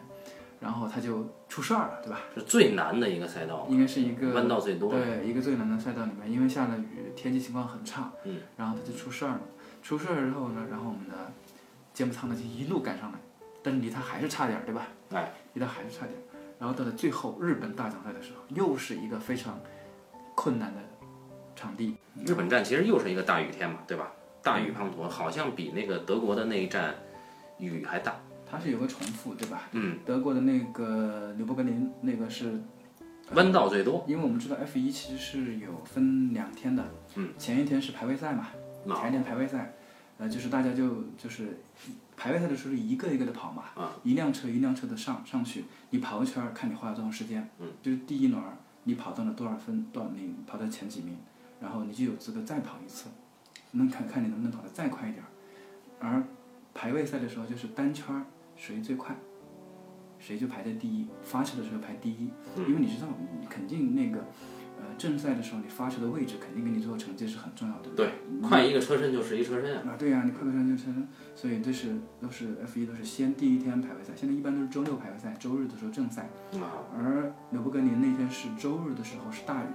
Speaker 2: 然后他就出事儿了，对吧？
Speaker 1: 是最难的一个赛道，
Speaker 2: 应该是一个
Speaker 1: 弯道最哦多。
Speaker 2: 对，一个最难的赛道里面，因为下了雨，天气情况很差，嗯，然后他就出事儿了。出事儿之后呢，然后我们的芥末汤呢就一路赶上来，但是离他还是差点儿，对吧？
Speaker 1: 哎，
Speaker 2: 离他还是差点儿。然后到了最后日本大奖赛的时候，又是一个非常困难的场地，
Speaker 1: 日本站其实又是一个大雨天嘛，对吧？大雨滂沱，好像比那个德国的那一站雨还大。
Speaker 2: 它是有个重复，对吧？
Speaker 1: 嗯，
Speaker 2: 德国的那个纽博格林那个是
Speaker 1: 弯道最多，
Speaker 2: 因为我们知道 F 一其实是有分两天的，
Speaker 1: 嗯，
Speaker 2: 前一天是排位赛嘛，
Speaker 1: 啊
Speaker 2: 前一天排位赛，呃，就是大家就就是排位赛的时候是一个一个的跑嘛，
Speaker 1: 啊
Speaker 2: 一辆车一辆车的上上去，你跑一圈儿看你花了多长时间，
Speaker 1: 嗯，
Speaker 2: 就是第一轮儿你跑到了多少分，多少你跑到前几名，然后你就有资格再跑一次，能看看你能不能跑得再快一点儿，而排位赛的时候就是单圈儿谁最快，谁就排在第一，发车的时候排第一，因为你知道你肯定那个。呃，正赛的时候，你发车的位置肯定跟你最后成绩是很重要的。
Speaker 1: 对，快一个车身就是一车身啊。
Speaker 2: 啊，对呀、你快快上就成，所以这是都是 F 一都是先第一天排位赛，现在一般都是周六排位赛，周日的时候正赛，
Speaker 1: 啊，
Speaker 2: 而纽博格林那天是周日的时候是大雨，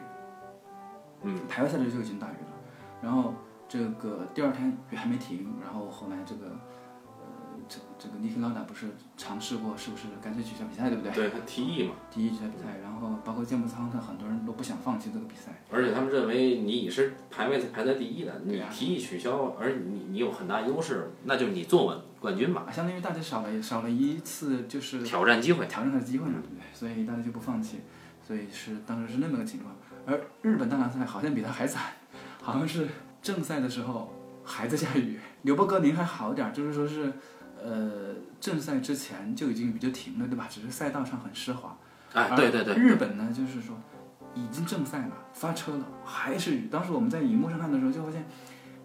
Speaker 1: 嗯，
Speaker 2: 排位赛的时候就已经大雨了，然后这个第二天雨还没停，然后后来这个呃这这个尼克劳达不是尝试过是不是干脆取消比赛对不对？
Speaker 1: 对，他提议嘛，
Speaker 2: 第一取消比赛，然后包括健步仓他很多人都不想放弃这个比赛，
Speaker 1: 而且他们认为你是排位排在第一的，
Speaker 2: 对
Speaker 1: 你
Speaker 2: 啊
Speaker 1: 提议取消，而你你有很大优势，那就你坐稳冠军吧，
Speaker 2: 啊，相当于大家少了少了一次就是
Speaker 1: 挑战机会。
Speaker 2: 挑战的机会嘛，对不对？所以大家就不放弃，所以是当时是那么个情况。而日本大奖赛好像比他还惨，好像是正赛的时候还在下雨。纽博格林还好点儿，就是说是，呃，正赛之前就已经就停了，对吧？只是赛道上很湿滑。
Speaker 1: 哎，
Speaker 2: 而
Speaker 1: 对对对，
Speaker 2: 日本呢，就是说已经正赛了，发车了，还是雨。当时我们在荧幕上看的时候，就发现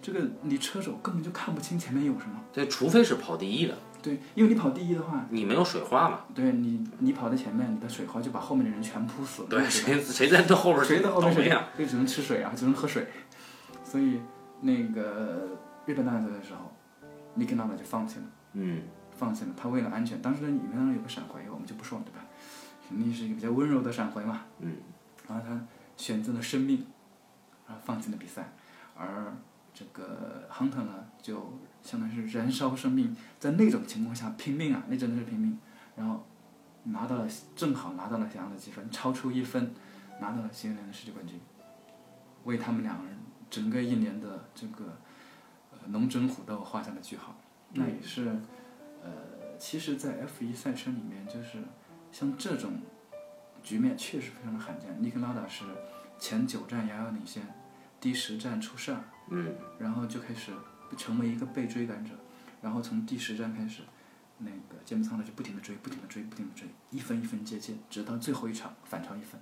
Speaker 2: 这个你车手根本就看不清前面有什么。
Speaker 1: 对，除非是跑第一的，
Speaker 2: 对，因为你跑第一的话，
Speaker 1: 你没有水花嘛，
Speaker 2: 对你，你跑在前面，你的水花就把后面的人全扑死了。
Speaker 1: 对，
Speaker 2: 吧
Speaker 1: 谁谁在这后边
Speaker 2: 谁在后面
Speaker 1: 倒霉
Speaker 2: 谁
Speaker 1: 啊？
Speaker 2: 就只能吃水啊，只能喝水。所以那个日本大赛的时候，尼克纳瓦就放弃了，
Speaker 1: 嗯，
Speaker 2: 放弃了。他为了安全，当时影片当中有个闪回，我们就不说了，对吧？肯定是一个比较温柔的闪回嘛。
Speaker 1: 嗯。
Speaker 2: 然后他选择了生命，然后放弃了比赛，而这个亨特呢，就相当于是燃烧生命，在那种情况下拼命啊，那真的是拼命。然后拿到了，正好拿到了想要的积分，超出一分，拿到了新西兰的世界冠军，为他们两人整个一年的这个呃龙争虎斗画下了句
Speaker 1: 嗯
Speaker 2: 号。那也是，呃，其实，在 F 一赛车里面，就是像这种局面确实非常的罕见。尼克拉达是前九站遥遥领先，第十站出事儿，
Speaker 1: 嗯，
Speaker 2: 然后就开始成为一个被追赶者，然后从第十站开始，那个詹姆斯·桑德就不停的追，不停的追，不停的追，一分一分接近，直到最后一场反超一分。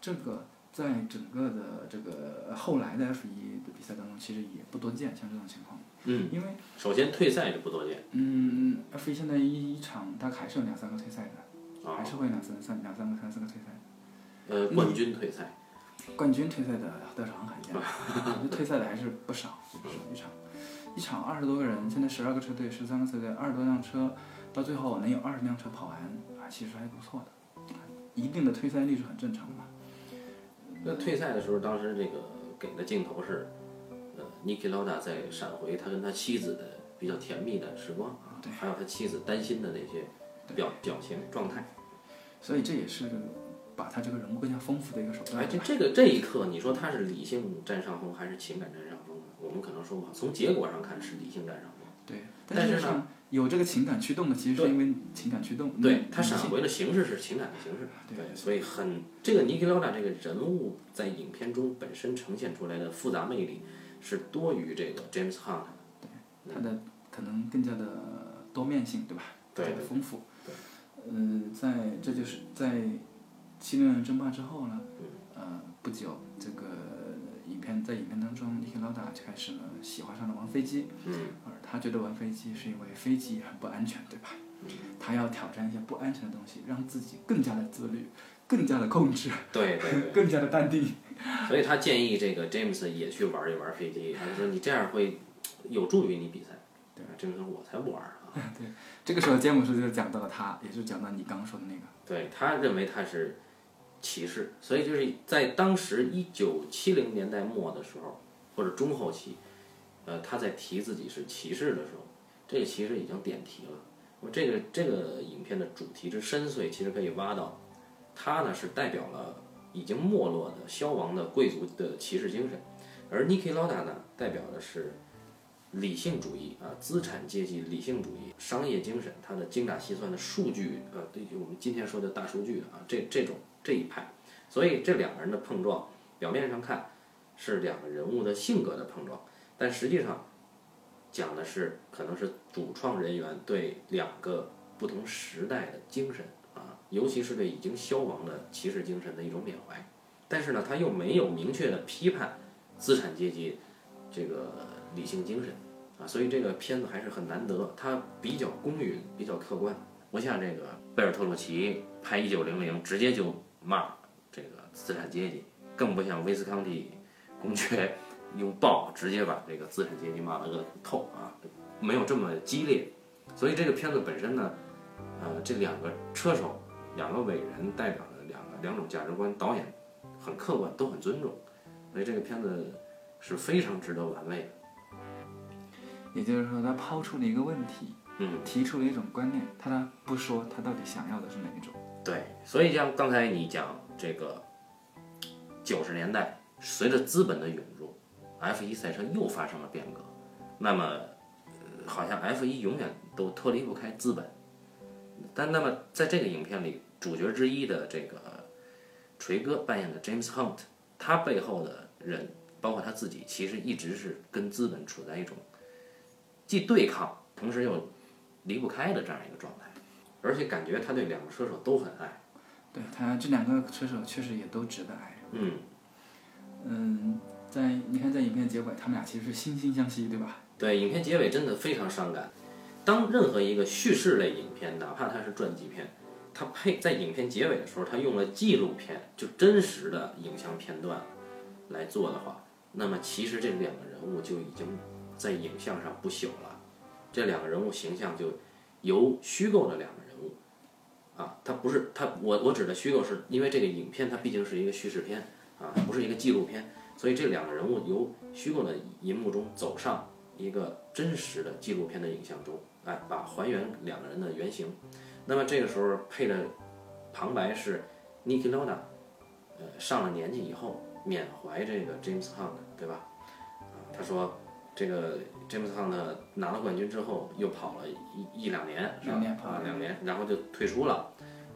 Speaker 2: 这个在整个的这个后来的 F 一的比赛当中，其实也不多见，像这种情况，
Speaker 1: 嗯，
Speaker 2: 因为。
Speaker 1: 首先退赛就不多见
Speaker 2: 嗯，F 一现在一场大概还是有两三个退赛的，
Speaker 1: 啊
Speaker 2: 还，是会两三三两三个三四个退赛。
Speaker 1: 呃，
Speaker 2: 嗯
Speaker 1: 冠军退赛，
Speaker 2: 冠军退赛的倒是很 罕见，我觉得退赛的还是不少，一场一场二十多个人，现在十二个车队，十三个车队，二十多辆车，到最后能有二十辆车跑完啊，其实还不错的，一定的退赛率是很正常的嘛。
Speaker 1: 那退赛的时候，当时这个给的镜头是，呃，Niki Lauda 在闪回他跟他妻子的比较甜蜜的时光啊，还有他妻子担心的那些表表情状态。
Speaker 2: 所以这也是把他这个人物更加丰富的一个手段
Speaker 1: 哎，。这这个这一刻，你说他是理性占上风还是情感占上风呢？我们可能说不好，从结果上看是理性占上风。
Speaker 2: 对，
Speaker 1: 但
Speaker 2: 但
Speaker 1: 是
Speaker 2: 是
Speaker 1: 呢
Speaker 2: 上有这个情感驱动的，其实是因为情感驱动。
Speaker 1: 对
Speaker 2: 嗯
Speaker 1: 他闪回的形式是情感的形式，
Speaker 2: 对
Speaker 1: 对，所以很这个尼基劳达这个人物在影片中本身呈现出来的复杂魅力是多于这个 James Hunt 的。
Speaker 2: 它的可能更加的多面性，对吧？
Speaker 1: 对
Speaker 2: 更加的丰富。对。呃，在这就是在七六年争霸之后呢，
Speaker 1: 嗯
Speaker 2: 呃，不久这个影片在影片当中，尼克劳达就开始了喜欢上了玩飞机。
Speaker 1: 嗯。
Speaker 2: 而他觉得玩飞机是因为飞机很不安全，对吧？
Speaker 1: 嗯
Speaker 2: 他要挑战一些不安全的东西，让自己更加的自律，更加的控制，
Speaker 1: 对对对，
Speaker 2: 更加的淡定。
Speaker 1: 所以他建议这个 James 也去玩一玩飞机，他说你这样会有助于你比赛。啊
Speaker 2: 对
Speaker 1: ，James 说我才不玩啊。
Speaker 2: 对，这个时候詹姆斯就讲到了他，也就讲到你刚刚说的那个。
Speaker 1: 对他认为他是歧视，所以就是在当时一九七零年代末的时候，或者中后期，呃，他在提自己是骑士的时候，这个其实已经点题了。那么这个这个影片的主题之深邃，其实可以挖到，他呢是代表了已经没落的消亡的贵族的骑士精神，而 Niki Lauda 呢代表的是。理性主义啊，资产阶级理性主义、商业精神，它的精打细算的数据，呃，对我们今天说的大数据啊，这这种这一派，所以这两个人的碰撞，表面上看是两个人物的性格的碰撞，但实际上讲的是可能是主创人员对两个不同时代的精神啊，尤其是对已经消亡的骑士精神的一种缅怀，但是呢，他又没有明确的批判资产阶级这个理性精神。啊，所以这个片子还是很难得，它比较公允，比较客观，不像这个贝尔特鲁奇拍《一九零零》直接就骂这个资产阶级，更不像威斯康蒂公爵 用暴直接把这个资产阶级骂了个透啊，没有这么激烈。所以这个片子本身呢，呃，这两个车手，两个伟人代表了两个两种价值观，导演很客观，都很尊重，所以这个片子是非常值得玩味的。
Speaker 2: 也就是说，他抛出了一个问题，
Speaker 1: 嗯，
Speaker 2: 提出了一种观念，他呢不说他到底想要的是哪一种。
Speaker 1: 对，所以像刚才你讲这个九十年代，随着资本的涌入，F 一赛车又发生了变革。那么，呃好像 F 一永远都脱离不开资本。但那么在这个影片里，主角之一的这个锤哥扮演的 James Hunt，他背后的人，包括他自己，其实一直是跟资本处在一种既对抗，同时又离不开的这样一个状态。而且感觉他对两个车手都很爱。
Speaker 2: 对他这两个车手确实也都值得爱。
Speaker 1: 嗯，
Speaker 2: 嗯，在你看在影片结尾，他们俩其实是惺惺相惜，对吧？
Speaker 1: 对，影片结尾真的非常伤感。当任何一个叙事类影片，哪怕它是传记片，它配在影片结尾的时候，它用了纪录片，就真实的影像片段来做的话，那么其实这两个人物就已经在影像上不朽了。这两个人物形象就由虚构的两个人物，啊，它不是它，我我指的虚构是因为这个影片它毕竟是一个叙事片啊，它不是一个纪录片，所以这两个人物由虚构的银幕中走上。一个真实的纪录片的影像中，哎，把还原两个人的原型。那么这个时候配的旁白是 Niki Lauda，呃，上了年纪以后缅怀这个 James Hunt，对吧？啊，他说这个 James Hunt 拿了冠军之后又跑了一一两年，是吧
Speaker 2: 两年跑
Speaker 1: 啊
Speaker 2: 了
Speaker 1: 两年，然后就退出了。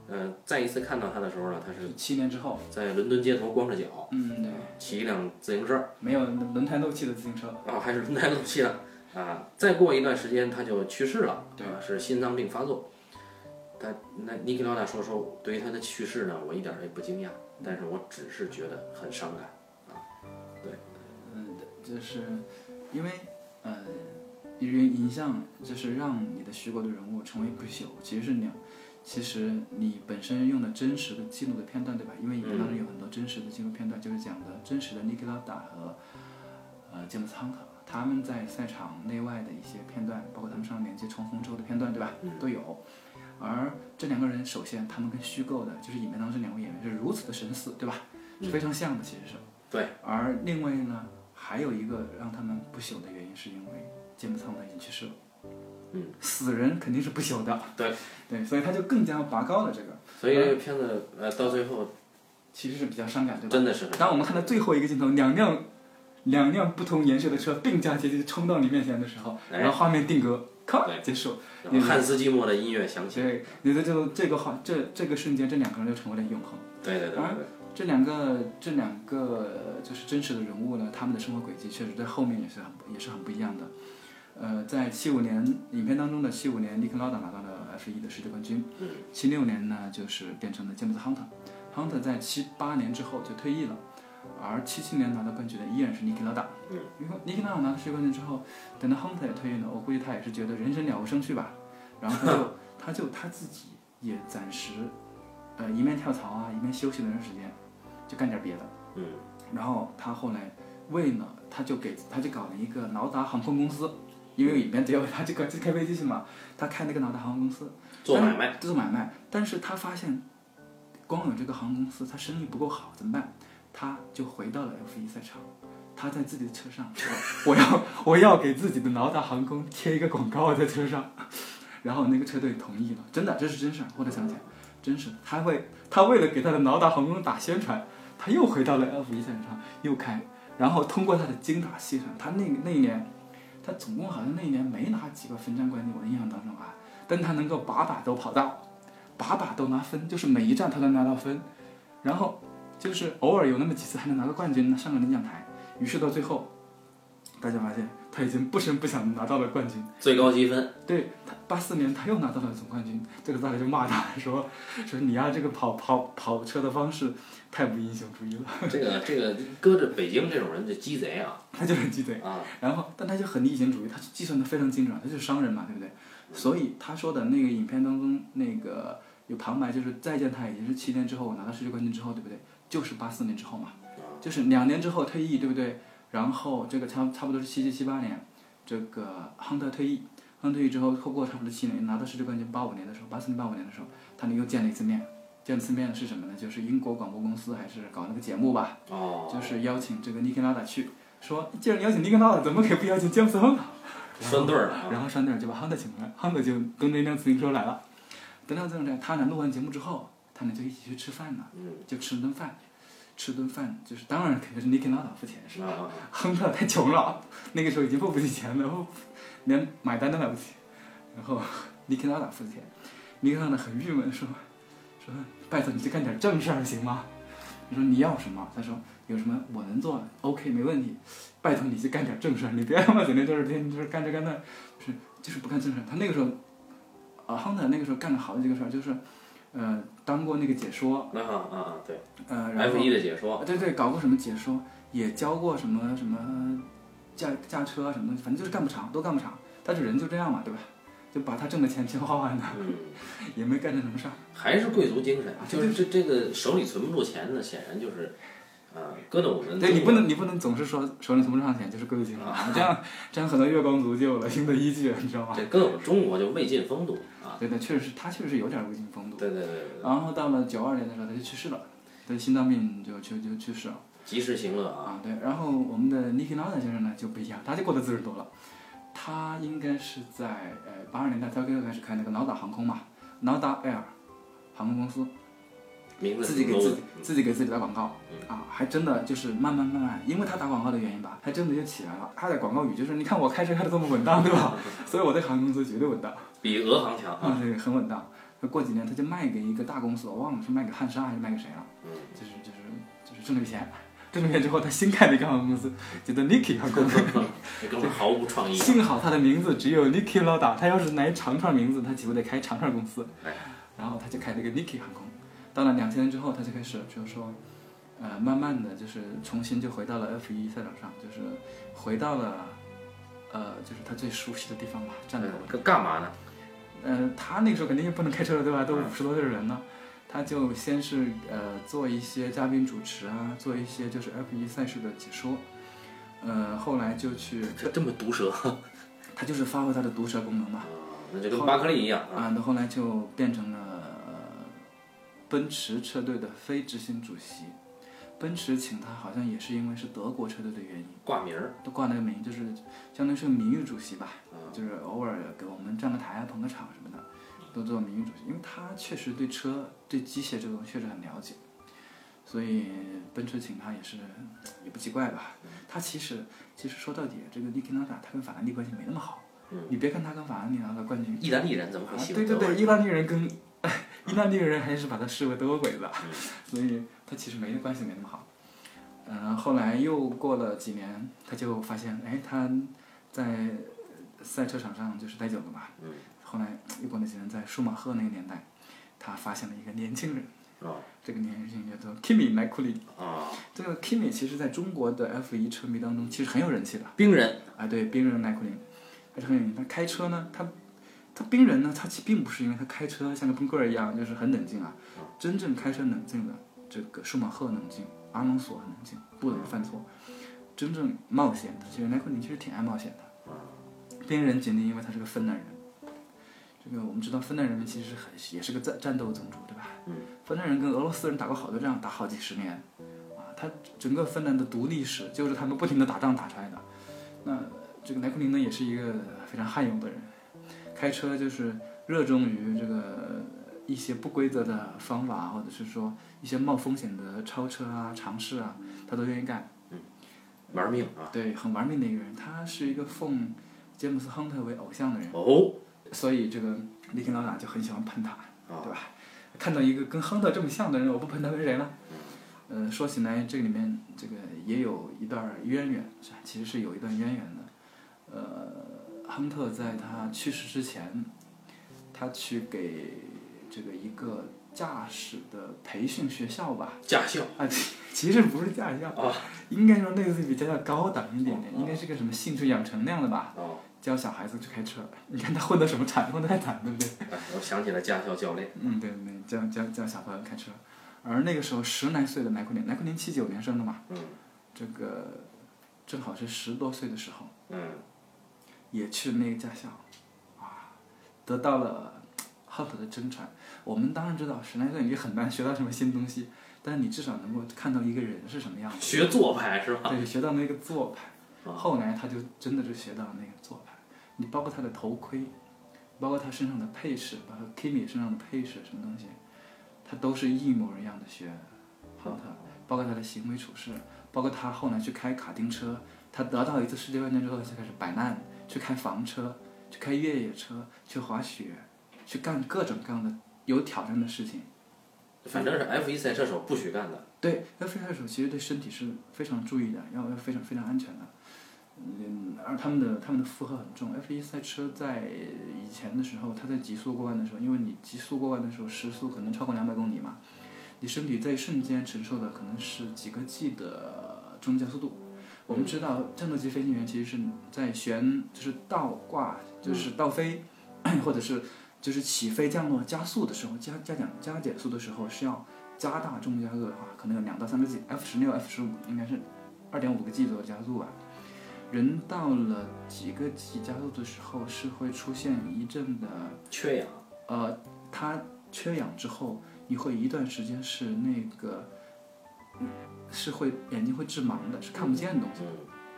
Speaker 1: 呃，再一次看到他的时候呢，啊他是
Speaker 2: 七年之后，
Speaker 1: 在伦敦街头光着脚，
Speaker 2: 哦嗯，对，
Speaker 1: 骑一辆自行车。
Speaker 2: 没有轮胎漏气的自行车，
Speaker 1: 啊，还是轮胎漏气了啊！再过一段时间他就去世了，
Speaker 2: 对
Speaker 1: 啊，是心脏病发作。他那尼基劳纳说说，对于他的去世呢，我一点儿也不惊讶，但是我只是觉得很伤感。
Speaker 2: 嗯，就是因为呃，影影像就是让你的虚构的人物成为不朽，其实是两，其实你本身用的真实的记录的片段，对吧？因为影片当中有很多真实的记录片段，就是讲的真实的尼基拉达和呃詹姆斯汉克他们在赛场内外的一些片段，包括他们上年纪冲锋之后的片段，对吧？都有。而这两个人，首先他们跟虚构的，就是影片当中这两位演员是如此的神似，对吧？是非常像的，其实是。
Speaker 1: 对，
Speaker 2: 而另外呢，还有一个让他们不朽的原因，是因为詹姆斯·亨特已经去世了。
Speaker 1: 嗯，
Speaker 2: 死人肯定是不朽的。
Speaker 1: 对
Speaker 2: 对，所以他就更加拔高了这个，
Speaker 1: 所以这个片子呃，到最后
Speaker 2: 其实是比较伤感，对吧？
Speaker 1: 真的是
Speaker 2: 当我们看到最后一个镜头，两辆两辆不同颜色的车并驾齐驱冲到你面前的时候，
Speaker 1: 哎
Speaker 2: 然后画面定格，咔
Speaker 1: 对
Speaker 2: 结束。
Speaker 1: 然后汉斯季默的音乐响起，
Speaker 2: 对，你的就这个话，这这个瞬间，这两个人就成为了永恒。
Speaker 1: 对对对对对，
Speaker 2: 这两个这两个呃就是真实的人物呢，他们的生活轨迹确实在后面也是很不也是很不一样的。呃，在七五年影片当中的七五年，尼克劳达拿到了 F 一的世界冠军。
Speaker 1: 嗯。
Speaker 2: 七六年呢，就是变成了詹姆斯亨特，亨特在七八年之后就退役了，而七七年拿到冠军的依然是尼克劳达。
Speaker 1: 嗯。
Speaker 2: 因为尼克劳达拿到世界冠军之后，等到亨特也退役了，我估计他也是觉得人生了无生趣吧，然后他就他他就他自己也暂时，呃，一面跳槽啊，一面休息了段时间，就干点别的。
Speaker 1: 嗯，
Speaker 2: 然后他后来为呢，他就给他就搞了一个脑打航空公司，因为里面只有他就搞就开飞机去嘛，他开那个脑打航空公司
Speaker 1: 做买卖，
Speaker 2: 卖，做买卖。但是他发现，光有这个航空公司，他生意不够好，怎么办？他就回到了 F 1赛场，他在自己的车上，我我要我要给自己的脑打航空贴一个广告在车上， 然后那个车队同意了，真的这是真事儿，后来想起来，真是他会他为了给他的脑打航空打宣传，他又回到了 F 1赛场又开，然后通过他的精打细算，他那那一年。他总共好像那一年没拿几个分站冠军，我的印象当中啊，但他能够把把都跑到，把把都拿分，就是每一站他都拿到分，然后就是偶尔有那么几次还能拿个冠军，上个领奖台。于是到最后，大家发现他已经不声不响的拿到了冠军。
Speaker 1: 最高积分，
Speaker 2: 对他八四年他又拿到了总冠军，这个大家就骂他说说你呀、这个跑跑跑车的方式太不英雄主义了，
Speaker 1: 这个这个搁着北京这种人就鸡贼啊
Speaker 2: 他就很鸡贼。
Speaker 1: 啊！
Speaker 2: 然后，但他就很理性主义，他计算的非常精准，他就是商人嘛，对不对？所以他说的那个影片当中那个有旁白，就是再见他已经是七年之后，我拿到世界冠军之后，对不对？就是八四年之后嘛，
Speaker 1: 啊
Speaker 2: 就是两年之后退役，对不对？然后这个差差不多是七七七八年，这个亨特退役，亨特退役之后，后过差不多七年，拿到世界冠军，八五年的时候，八四年八五年的时候，他们又见了一次面。见了一次面是什么呢？就是英国广播公司还是搞那个节目吧，
Speaker 1: 哦，
Speaker 2: 就是邀请这个尼克拉达去，说既然邀请尼克拉达，怎么可以不邀请詹姆斯亨特？
Speaker 1: 拴对儿了啊！
Speaker 2: 然后山德尔就把亨特请来，亨特就蹬着一辆自行车来了。等到这样，他俩录完节目之后，他俩就一起去吃饭呢，就吃了顿饭，吃顿饭就是当然肯定是尼克拉达付钱是吧？
Speaker 1: 啊，
Speaker 2: 亨特太穷了，那个时候已经付不起钱了，我连买单都买不起。然后尼克拉达付钱，尼克拉达很郁闷，说说拜托你去干点正事儿行吗？他说你要什么？他说有什么我能做，OK 没问题。拜托你去干点正事儿，你别他妈整天就是天天就是干这干那，就是就是不干正事儿。他那个时候，啊亨特那个时候干了好几个事儿，就是呃当过那个解说，
Speaker 1: 那啊啊对
Speaker 2: 呃然后
Speaker 1: ，F 一的解说，
Speaker 2: 对对，搞过什么解说，也教过什么什么驾驾车啊什么东西，反正就是干不长，都干不长。但是人就这样嘛，对吧？就把他挣的钱全花完了，
Speaker 1: 嗯，
Speaker 2: 也没干成什么事儿。
Speaker 1: 还是贵族精神，
Speaker 2: 啊
Speaker 1: 就是这这个手里存不住钱呢，显然就是啊，搁到我们啊
Speaker 2: 对你不能，你不能总是说手里存不上钱就是贵族精神，这样这样很多月光族就有了新的依据，你知道吗？
Speaker 1: 这跟我们中国就魏晋风度啊，
Speaker 2: 对对，确实是他确实有点未经风度。
Speaker 1: 对对对对，
Speaker 2: 然后到了九二年的时候，他就去世了，对，心脏病就就就去世了。
Speaker 1: 及时行乐啊，
Speaker 2: 啊，对。然后我们的 Nicky n a d a 先生呢就不一样，他就过得滋润多了。他应该是在呃八十年代，他刚开始开那个脑打航空嘛，脑打 Air 航空公司，
Speaker 1: 名字
Speaker 2: 自己给
Speaker 1: 挺 low
Speaker 2: 自
Speaker 1: 的
Speaker 2: 己自己给自己打广告啊，还真的就是慢慢慢慢，因为他打广告的原因吧，还真的就起来了。他的广告语就是你看我开车开的这么稳当，对吧？所以我在航空公司绝对稳当。
Speaker 1: 比俄航强啊，
Speaker 2: 啊，对，很稳当。那过几年他就卖给一个大公司，我忘了是卖给汉莎还是卖给谁了，
Speaker 1: 嗯
Speaker 2: 就是就是就是挣了个钱，挣了个钱之后他新开了一个航空公司，叫做 Niki 航空公司。
Speaker 1: 这哥们儿毫无创 意，啊
Speaker 2: 幸好他的名字只有 Niki Lauda，他要是拿一长串名字，他岂不得开长串公司
Speaker 1: 哎？
Speaker 2: 然后他就开了一个 Niki 航空。到了两千年之后，他就开始就是说，呃，慢慢的就是重新就回到了 F 一赛场上，就是回到了，呃，就是他最熟悉的地方吧，战斗。
Speaker 1: 干哎干嘛呢？
Speaker 2: 呃，他那个时候肯定也不能开车了，对吧？都五十多岁的人了，他就先是呃做一些嘉宾主持啊，做一些就是 F 一赛事的解说，呃，后来就去，
Speaker 1: 这这么毒舌
Speaker 2: 他就是发挥他的毒舌功能嘛，
Speaker 1: 啊，那就跟巴克利一样啊，
Speaker 2: 啊，那后来就变成了、呃奔驰车队的非执行主席，奔驰请他好像也是因为是德国车队的原因。
Speaker 1: 挂名儿，嗯
Speaker 2: 都挂那个名，就是相当于是个名誉主席吧，就是偶尔给我们站个台啊、捧个场什么的，都做名誉主席，因为他确实对车、对机械这个东西确实很了解，所以奔驰请他也是也不奇怪吧。
Speaker 1: 嗯
Speaker 2: 他其实其实说到底，这个 n i k i n a d a 他跟法兰利关系没那么好，
Speaker 1: 嗯
Speaker 2: 你别看他跟法兰利拿到冠军，
Speaker 1: 意大利人怎么会
Speaker 2: 啊
Speaker 1: 喜
Speaker 2: 对
Speaker 1: 欢
Speaker 2: 对
Speaker 1: 德国
Speaker 2: 对，
Speaker 1: 人？
Speaker 2: 意大利人跟 意大利人还是把他视为德国鬼子，
Speaker 1: 嗯
Speaker 2: 所以他其实没关系没那么好。嗯、后来又过了几年，他就发现，哎，他在赛车场上就是待久了嘛。
Speaker 1: 嗯。
Speaker 2: 后来又过了几年，在舒马赫那个年代，他发现了一个年轻人，
Speaker 1: 哦
Speaker 2: 这个年轻人叫做 Kimi 莱库里。
Speaker 1: 啊，
Speaker 2: 这个 Kimi 其实在中国的 F1 车迷当中，其实很有人气的。
Speaker 1: 冰人
Speaker 2: 啊，对，冰人耐克林，还是很有名。他开车呢，他他冰人呢，他其并不是因为他开车像个冰棍儿一样，就是很冷静啊。真正开车冷静的，这个舒马赫冷静，阿隆索很冷静，不容易犯错。真正冒险的，原来昆汀其实挺爱冒险的。冰人仅仅因为他是个芬兰人，这个我们知道芬兰人民其实是很也是个战战斗种族，对吧？嗯。芬兰人跟俄罗斯人打过好多仗，打好几十年，啊，他整个芬兰的独立史就是他们不停的打仗打出来的。那这个莱库宁呢，也是一个非常悍勇的人，开车就是热衷于这个一些不规则的方法，或者是说一些冒风险的超车啊、尝试啊，他都愿意干。
Speaker 1: 玩命啊！
Speaker 2: 对，很玩命的一个人，他是一个奉詹姆斯·亨特为偶像的人，
Speaker 1: 哦，
Speaker 2: 所以这个里根老大就很喜欢喷他，
Speaker 1: 啊
Speaker 2: 对吧？看到一个跟亨特这么像的人，我不喷他喷谁呢？
Speaker 1: 嗯
Speaker 2: 呃，说起来这个里面这个也有一段渊源，是吧？其实是有一段渊源的。呃，亨特在他去世之前，他去给这个一个驾驶的培训学校吧，
Speaker 1: 驾校啊
Speaker 2: 啊，其其实不是驾校，应该说类似于比驾校高档一点点，应该是个什么兴趣养成那样的吧，
Speaker 1: 哦，
Speaker 2: 教小孩子去开车。你看他混得什么惨，混得太惨，对不对？
Speaker 1: 哎我想起了驾校教练，
Speaker 2: 嗯，对对，教教教小朋友开车。而那个时候十来岁的莱库宁，莱库宁七九年生的嘛，
Speaker 1: 嗯
Speaker 2: 这个正好是十多岁的时候，
Speaker 1: 嗯，
Speaker 2: 也去那个驾校，啊，得到了亨特的真传。我们当然知道十来岁你很难学到什么新东西，但是你至少能够看到一个人是什么样子。
Speaker 1: 学做派是吧？
Speaker 2: 对，学到那个做派。
Speaker 1: 啊
Speaker 2: 后来他就真的就学到了那个做派。你包括他的头盔，包括他身上的配饰，包括 Kimi 身上的配饰什么东西，他都是一模一样的学亨特，包括他的行为处事，包括他后来去开卡丁车，他得到一次世界冠军之后就开始摆烂，去开房车，去开越野车，去滑雪，去干各种各样的有挑战的事情。
Speaker 1: 反正是 F 一赛车手不许干的，
Speaker 2: 对，要飞快手其实对身体是非常注意的，要要非常非常安全的。嗯，而他们的他们的负荷很重。F 一赛车在以前的时候，它在极速过弯的时候，因为你极速过弯的时候时速可能超过两百公里嘛，你身体在一瞬间承受的可能是几个 G 的中加速度。我们知道，战斗机飞行员其实是在旋，就是倒挂，就是倒飞， 或者是就是起飞、降落、加速的时候，加加减加减速的时候是要加大重力加速的话，可能有两到三个 G。F 十六、F 十五应该是二点五个 G 左右加速吧。人到了几个 G 加速的时候，是会出现一阵的，
Speaker 1: 缺氧，
Speaker 2: 呃，它缺氧之后，你会一段时间是那个，嗯是会眼睛会致盲的，是看不见的东西，
Speaker 1: 嗯，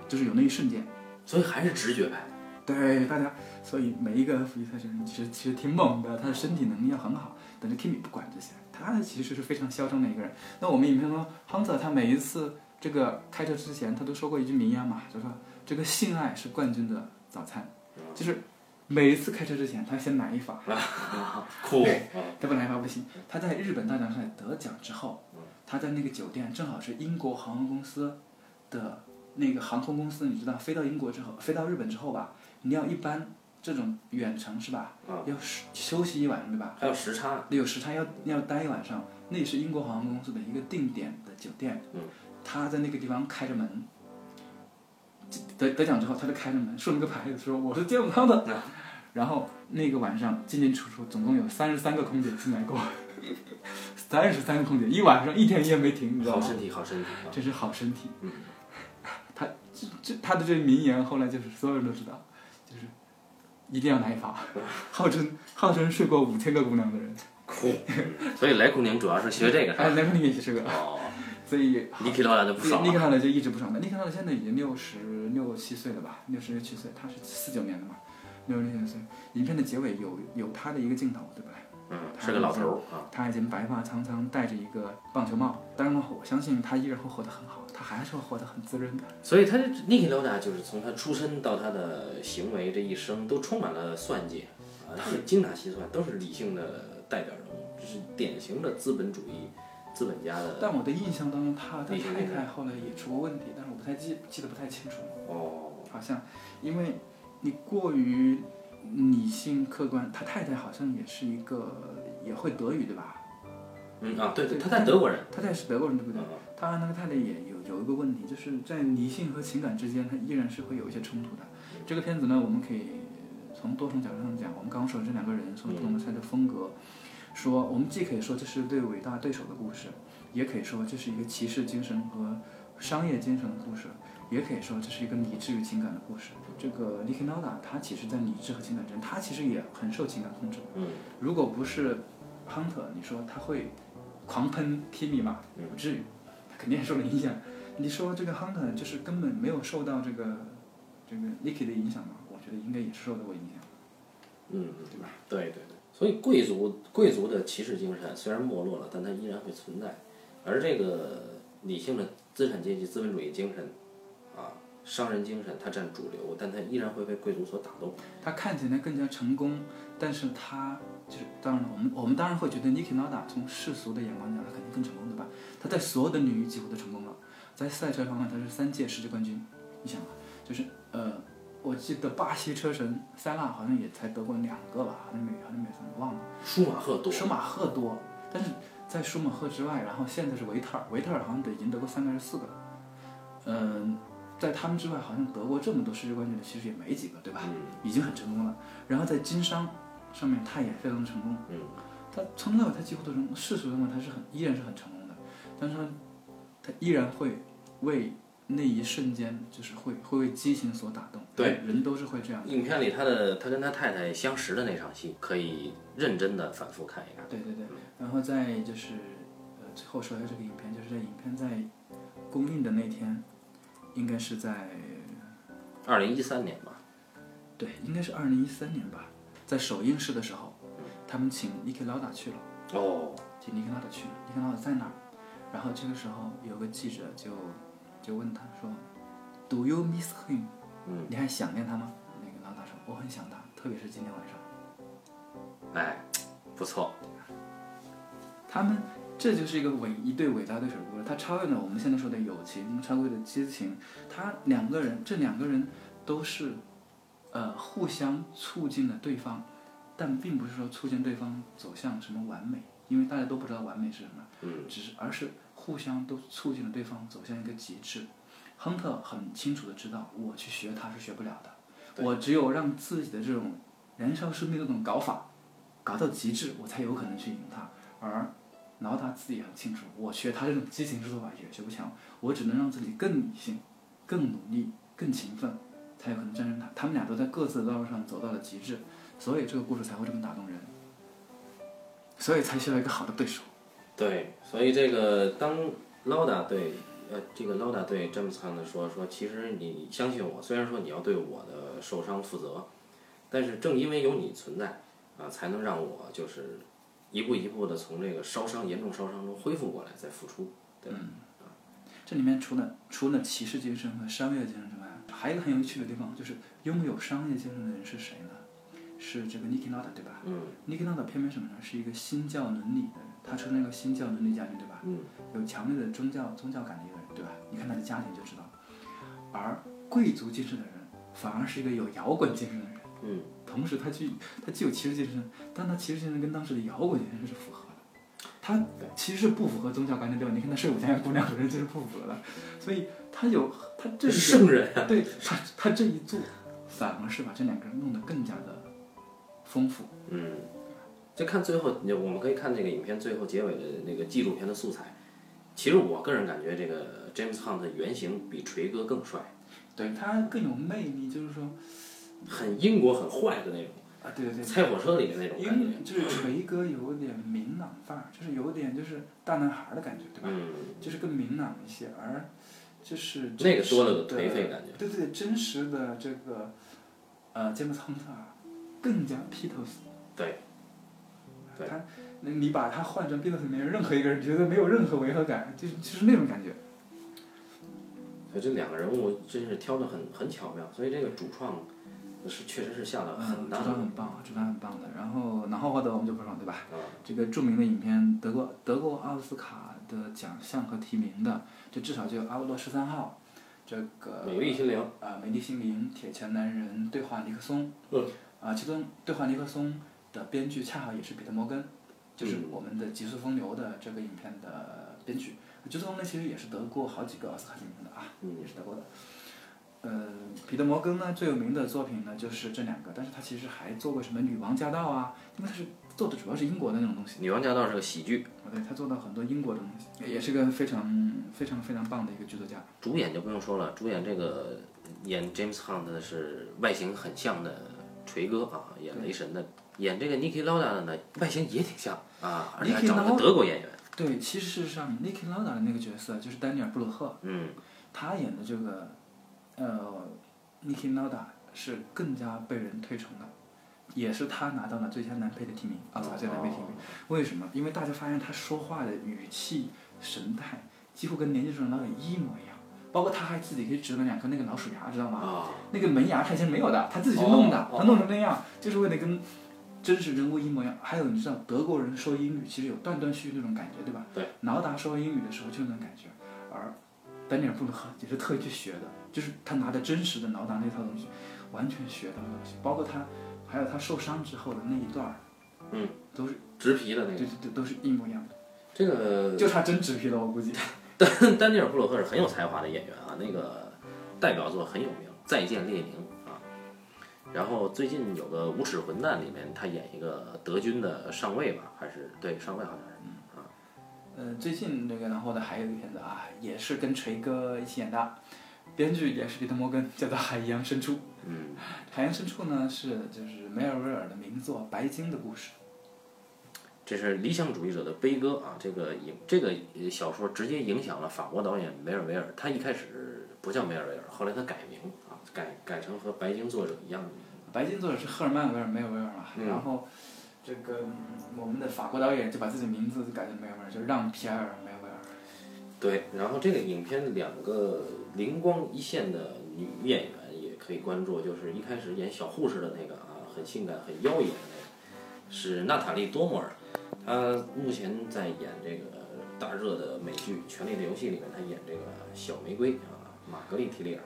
Speaker 2: 就是有那一瞬间。
Speaker 1: 所以还是直觉派，
Speaker 2: 对大家，所以每一个 F 一赛车人其实其实挺猛的，他的身体能力要很好。但是 Kimi 不管这些，他其实是非常嚣张的一个人。那我们影片中，Hunter 他每一次这个开车之前，他都说过一句名言嘛，就说这个性爱是冠军的早餐，就是每一次开车之前，他先买一发，啊
Speaker 1: 酷，
Speaker 2: 他本来还不行，他在日本大奖赛得奖之后，他在那个酒店正好是英国航空公司的那个航空公司，你知道飞到英国之后，飞到日本之后吧，你要一般这种远程是吧，要休休息一晚上对吧？
Speaker 1: 还有时差，
Speaker 2: 有时差要要待一晚上，那也是英国航空公司的一个定点的酒店，他在那个地方开着门。得得奖之后，他就开着门，竖了个牌子说：“我是健康的。” 然后那个晚上进进出出，总共有三十三个空姐进来过， 三十三个空姐，一晚上一天也没停，你知道
Speaker 1: 好
Speaker 2: 吗？
Speaker 1: 身体，好身体啊，
Speaker 2: 这是好身体。 他这这他的这名言后来就是所有人都知道，就是一定要来一发， 号称号称睡过五千个姑娘的人，
Speaker 1: 酷，所以莱库宁主要是学这个是
Speaker 2: 哎，
Speaker 1: 吧？
Speaker 2: 莱克宁也是个，
Speaker 1: 哦，
Speaker 2: 所以
Speaker 1: 尼基罗达就不爽
Speaker 2: 尼克
Speaker 1: 了，
Speaker 2: 哈勒就一直不爽的。尼克哈勒现在已经六十六七岁了吧，六十六七岁，他是四九年的嘛，六十六七岁。影片的结尾有有他的一个镜头，对不对？
Speaker 1: 嗯，是个老头儿啊，
Speaker 2: 他已经白发苍苍，戴着一个棒球帽。当然了，我相信他依然会活得很好，他还是会活得很滋润的。
Speaker 1: 所以他这尼基罗达就是从他出身到他的行为这一生都充满了算计，啊，他是精打细算，都是理性的代表人物，这是典型的资本主义资本家的
Speaker 2: 但我的印象当中，他的
Speaker 1: 理性
Speaker 2: 太
Speaker 1: 理性
Speaker 2: 太后来也出过问题，但是我不太记记得不太清楚了，
Speaker 1: 哦，
Speaker 2: 好像因为你过于理性客观，他太太好像也是一个也会德语对吧？
Speaker 1: 嗯啊，对对，他在德国人，
Speaker 2: 他太太是德国人对不对？
Speaker 1: 嗯
Speaker 2: 他那个太太也有有一个问题，就是在理性和情感之间，他依然是会有一些冲突的。这个片子呢，我们可以从从多重角度上讲，我们刚刚说的这两个人从不同的赛车风格，说我们既可以说这是对伟大对手的故事，也可以说这是一个骑士精神和商业精神的故事，也可以说这是一个理智与情感的故事。这个 n i k i n o d a 他其实在理智和情感之间，他其实也很受情感控制。
Speaker 1: 嗯，
Speaker 2: 如果不是 Hunter，你说他会狂喷 Kimi 吗？
Speaker 1: 嗯
Speaker 2: 不至于，他肯定也受了影响。你说这个 Hunter 就是根本没有受到这个这个 Nicky 的影响吗？我觉得应该也是受到我影响。
Speaker 1: 嗯，对吧？对对对，所以贵族贵族的骑士精神虽然没落了，但它依然会存在。而这个理性的资产阶级资本主义精神，啊，商人精神，它占主流，但它依然会被贵族所打动。
Speaker 2: 他看起来更加成功，但是他就是当然了，我们我们当然会觉得 Niki Noda 从世俗的眼光讲，他肯定更成功，对吧？他在所有的领域几乎都成功了，在赛车方面他是三届世界冠军，你想啊，就是呃，我记得巴西车神塞纳好像也才得过两个吧，好像没好像没三个，忘了。
Speaker 1: 舒马赫多，
Speaker 2: 舒马赫多，但是在舒马赫之外，然后现在是维特尔，维特尔好像得已经得过三个还是四个了。嗯，在他们之外，好像得过这么多世界冠军的其实也没几个，对吧？
Speaker 1: 嗯
Speaker 2: 已经很成功了。然后在经商上面，他也非常成功。
Speaker 1: 嗯，
Speaker 2: 他从头到尾他几乎都成功，世俗认为他是很依然是很成功的，但是他他依然会为那一瞬间就是会会为激情所打动。
Speaker 1: 对，
Speaker 2: 人都是会这样。
Speaker 1: 影片里他的他跟他太太相识的那场戏，可以认真的反复看一看。
Speaker 2: 对对对，然后再就是呃，最后说一下这个影片，就是这影片在公映的那天，应该是在
Speaker 1: 二零一三年吧，
Speaker 2: 对，应该是二零一三年吧，在首映式的时候，他们请 Niki Lauda 去了，
Speaker 1: 哦，
Speaker 2: 请 Niki Lauda 去了，Niki Lauda 在哪儿？然后这个时候有个记者就就问他说，Do you miss him？
Speaker 1: 嗯，
Speaker 2: 你还想念他吗？那个 Lauda 说，我很想他，特别是今天晚上。
Speaker 1: 哎，不错，
Speaker 2: 他们这就是一个伟一对伟大对手的故事，他超越了我们现在说的友情，超越了激情，他两个人这两个人都是呃互相促进了对方，但并不是说促进对方走向什么完美，因为大家都不知道完美是什么，
Speaker 1: 嗯，
Speaker 2: 只是而是互相都促进了对方走向一个极致。亨特很清楚的知道，我去学他是学不了的，我只有让自己的这种燃烧生命的这种搞法搞到极致，我才有可能去赢他。而劳达自己也很清楚，我学他这种激情制作法也学不强，我只能让自己更理性、更努力、更勤奋，才有可能战胜他。他们俩都在各自的道路上走到了极致，所以这个故事才会这么打动人，所以才需要一个好的对手。
Speaker 1: 对，所以这个当劳达对呃，这个劳达对詹姆斯汉的说说，其实你相信我，虽然说你要对我的受伤负责，但是正因为有你存在啊、才能让我就是一步一步的从这个烧伤严重烧伤中恢复过来，再复出。对吧，
Speaker 2: 这里面除了除了骑士精神和商业精神之外，还有一个很有趣的地方，就是拥有商业精神的人是谁呢？是这个 Niki Lauda 对吧？
Speaker 1: 嗯
Speaker 2: Niki Lauda 偏偏什么呢？是一个新教伦理的人，他出生那个新教伦理家庭对吧？
Speaker 1: 嗯，
Speaker 2: 有强烈的宗教宗教感的一个人对吧？你看他的家庭就知道了。而贵族精神的人，反而是一个有摇滚精神的人。
Speaker 1: 嗯，
Speaker 2: 同时他具他既有骑士精神，但他骑士精神跟当时的摇滚精神是符合的。他其实是不符合宗教观念对吧？你看他睡午觉姑娘本身就是不符合的，所以他有他
Speaker 1: 这
Speaker 2: 这一
Speaker 1: 是
Speaker 2: 点
Speaker 1: 圣人啊，
Speaker 2: 对他他这一做，反而是把这两个人弄得更加的丰富。
Speaker 1: 嗯，就看最后，你就我们可以看这个影片最后结尾的那个纪录片的素材。其实我个人感觉，这个 James Hunt 的原型比锤哥更帅，
Speaker 2: 对他更有魅力，就是说
Speaker 1: 很英国、很坏的那种。
Speaker 2: 啊，对对对，
Speaker 1: 猜火车里面那种
Speaker 2: 因
Speaker 1: 感
Speaker 2: 为
Speaker 1: 觉。
Speaker 2: 就是锤哥有点明朗范儿，就是有点就是大男孩儿的感觉，对吧？
Speaker 1: 嗯，
Speaker 2: 就是更明朗一些，而就是
Speaker 1: 那个
Speaker 2: 真实
Speaker 1: 多了个
Speaker 2: 的
Speaker 1: 颓废感觉。
Speaker 2: 对对对，真实的这个呃詹姆斯亨特啊，更加披头士。
Speaker 1: 对。对
Speaker 2: 他，那你把他换成披头士里面任何一个人，觉得没有任何违和感，就是就是那种感觉。
Speaker 1: 所以这两个人物真是挑的很很巧妙，所以这个主创是确实是下了很
Speaker 2: 嗯，
Speaker 1: 大
Speaker 2: 主
Speaker 1: 的
Speaker 2: 张很棒，主张很棒的。然后然后获得我们就不说了，对吧？
Speaker 1: 啊，
Speaker 2: 这个著名的影片得过得过奥斯卡的奖项和提名的，就至少就《阿波罗十三号》，这个
Speaker 1: 美丽心灵，
Speaker 2: 啊，《美丽心灵》《铁拳男人》对话尼克松，
Speaker 1: 嗯
Speaker 2: 啊，其中对话尼克松的编剧恰好也是彼得摩根，就是我们的《极速风流》的这个影片的编剧。极速风流其实也是得过好几个奥斯卡提名的啊，
Speaker 1: 嗯
Speaker 2: 也是得过的。呃，彼得摩根呢最有名的作品呢就是这两个，但是他其实还做过什么《女王驾到》啊，因为他是做的主要是英国的那种东西。
Speaker 1: 女王驾到》是个喜剧，
Speaker 2: 哦，对，他做到很多英国的东西，也是个非常非常非常棒的一个剧作家。
Speaker 1: 主演就不用说了，主演这个演 James Hunt 的是外形很像的锤哥啊，演雷神的；演这个 Niki Lauda 的呢，外形也挺像啊，而且还
Speaker 2: Niki
Speaker 1: 找了个
Speaker 2: Lauda
Speaker 1: 德国演员。
Speaker 2: 对，其实事实上 n i k i Lauda 的那个角色就是丹尼尔·布鲁赫，
Speaker 1: 嗯，
Speaker 2: 他演的这个呃 n i k i Lauda 是更加被人推崇的，也是他拿到了最佳男配的提名，奥斯卡最佳男配提名。为什么？因为大家发现他说话的语气、神态几乎跟年轻时候的老友一模一样，包括他还自己可以植了两颗那个老鼠牙，知道吗？
Speaker 1: 啊，
Speaker 2: 那个门牙他以前没有的，他自己去弄的，
Speaker 1: 哦哦
Speaker 2: 他弄成那样，就是为了跟真实人物一模一样。还有你知道德国人说英语其实有断断续续那种感觉，对吧？
Speaker 1: 对。
Speaker 2: 劳达说英语的时候就那种感觉，而丹尼尔布鲁赫也是特意去学的，就是他拿的真实的劳达那套东西，完全学到的东西，包括他还有他受伤之后的那一段儿，
Speaker 1: 嗯，
Speaker 2: 都是
Speaker 1: 直皮的那
Speaker 2: 对
Speaker 1: 个，
Speaker 2: 对对，都是一模一样的，
Speaker 1: 这个
Speaker 2: 就差真直皮了，我估计。
Speaker 1: 丹丹尼尔·布鲁克是很有才华的演员啊，那个代表作很有名，《再见列宁》啊。然后最近有个《无耻混蛋》里面，他演一个德军的上尉吧，还是对上尉好像是。
Speaker 2: 呃，最近那个，然后呢，还有一个片子啊，也是跟锤哥一起演的，编剧也是彼得摩根，叫做《海洋深处》。
Speaker 1: 嗯，
Speaker 2: 《海洋深处》呢是就是梅尔维尔的名作《白鲸的故事
Speaker 1: 这是理想主义者的悲歌啊。这个影这个小说直接影响了法国导演梅尔维尔，他一开始不叫梅尔维尔，后来他改名啊，改改成和白鲸作者一样的名字。》，
Speaker 2: 白鲸作者是赫尔曼·维尔梅尔维尔嘛，
Speaker 1: 嗯
Speaker 2: 然后这个嗯我们的法国导演就把自己名字改成梅尔维尔，就让皮埃尔·梅尔维尔。
Speaker 1: 对，然后这个影片两个灵光一现的女演员也可以关注，就是一开始演小护士的那个啊，很性感、很妖冶的那个，是娜塔莉·多莫尔。她目前在演这个大热的美剧《权力的游戏》里面，她演这个小玫瑰啊，玛格丽·提利尔。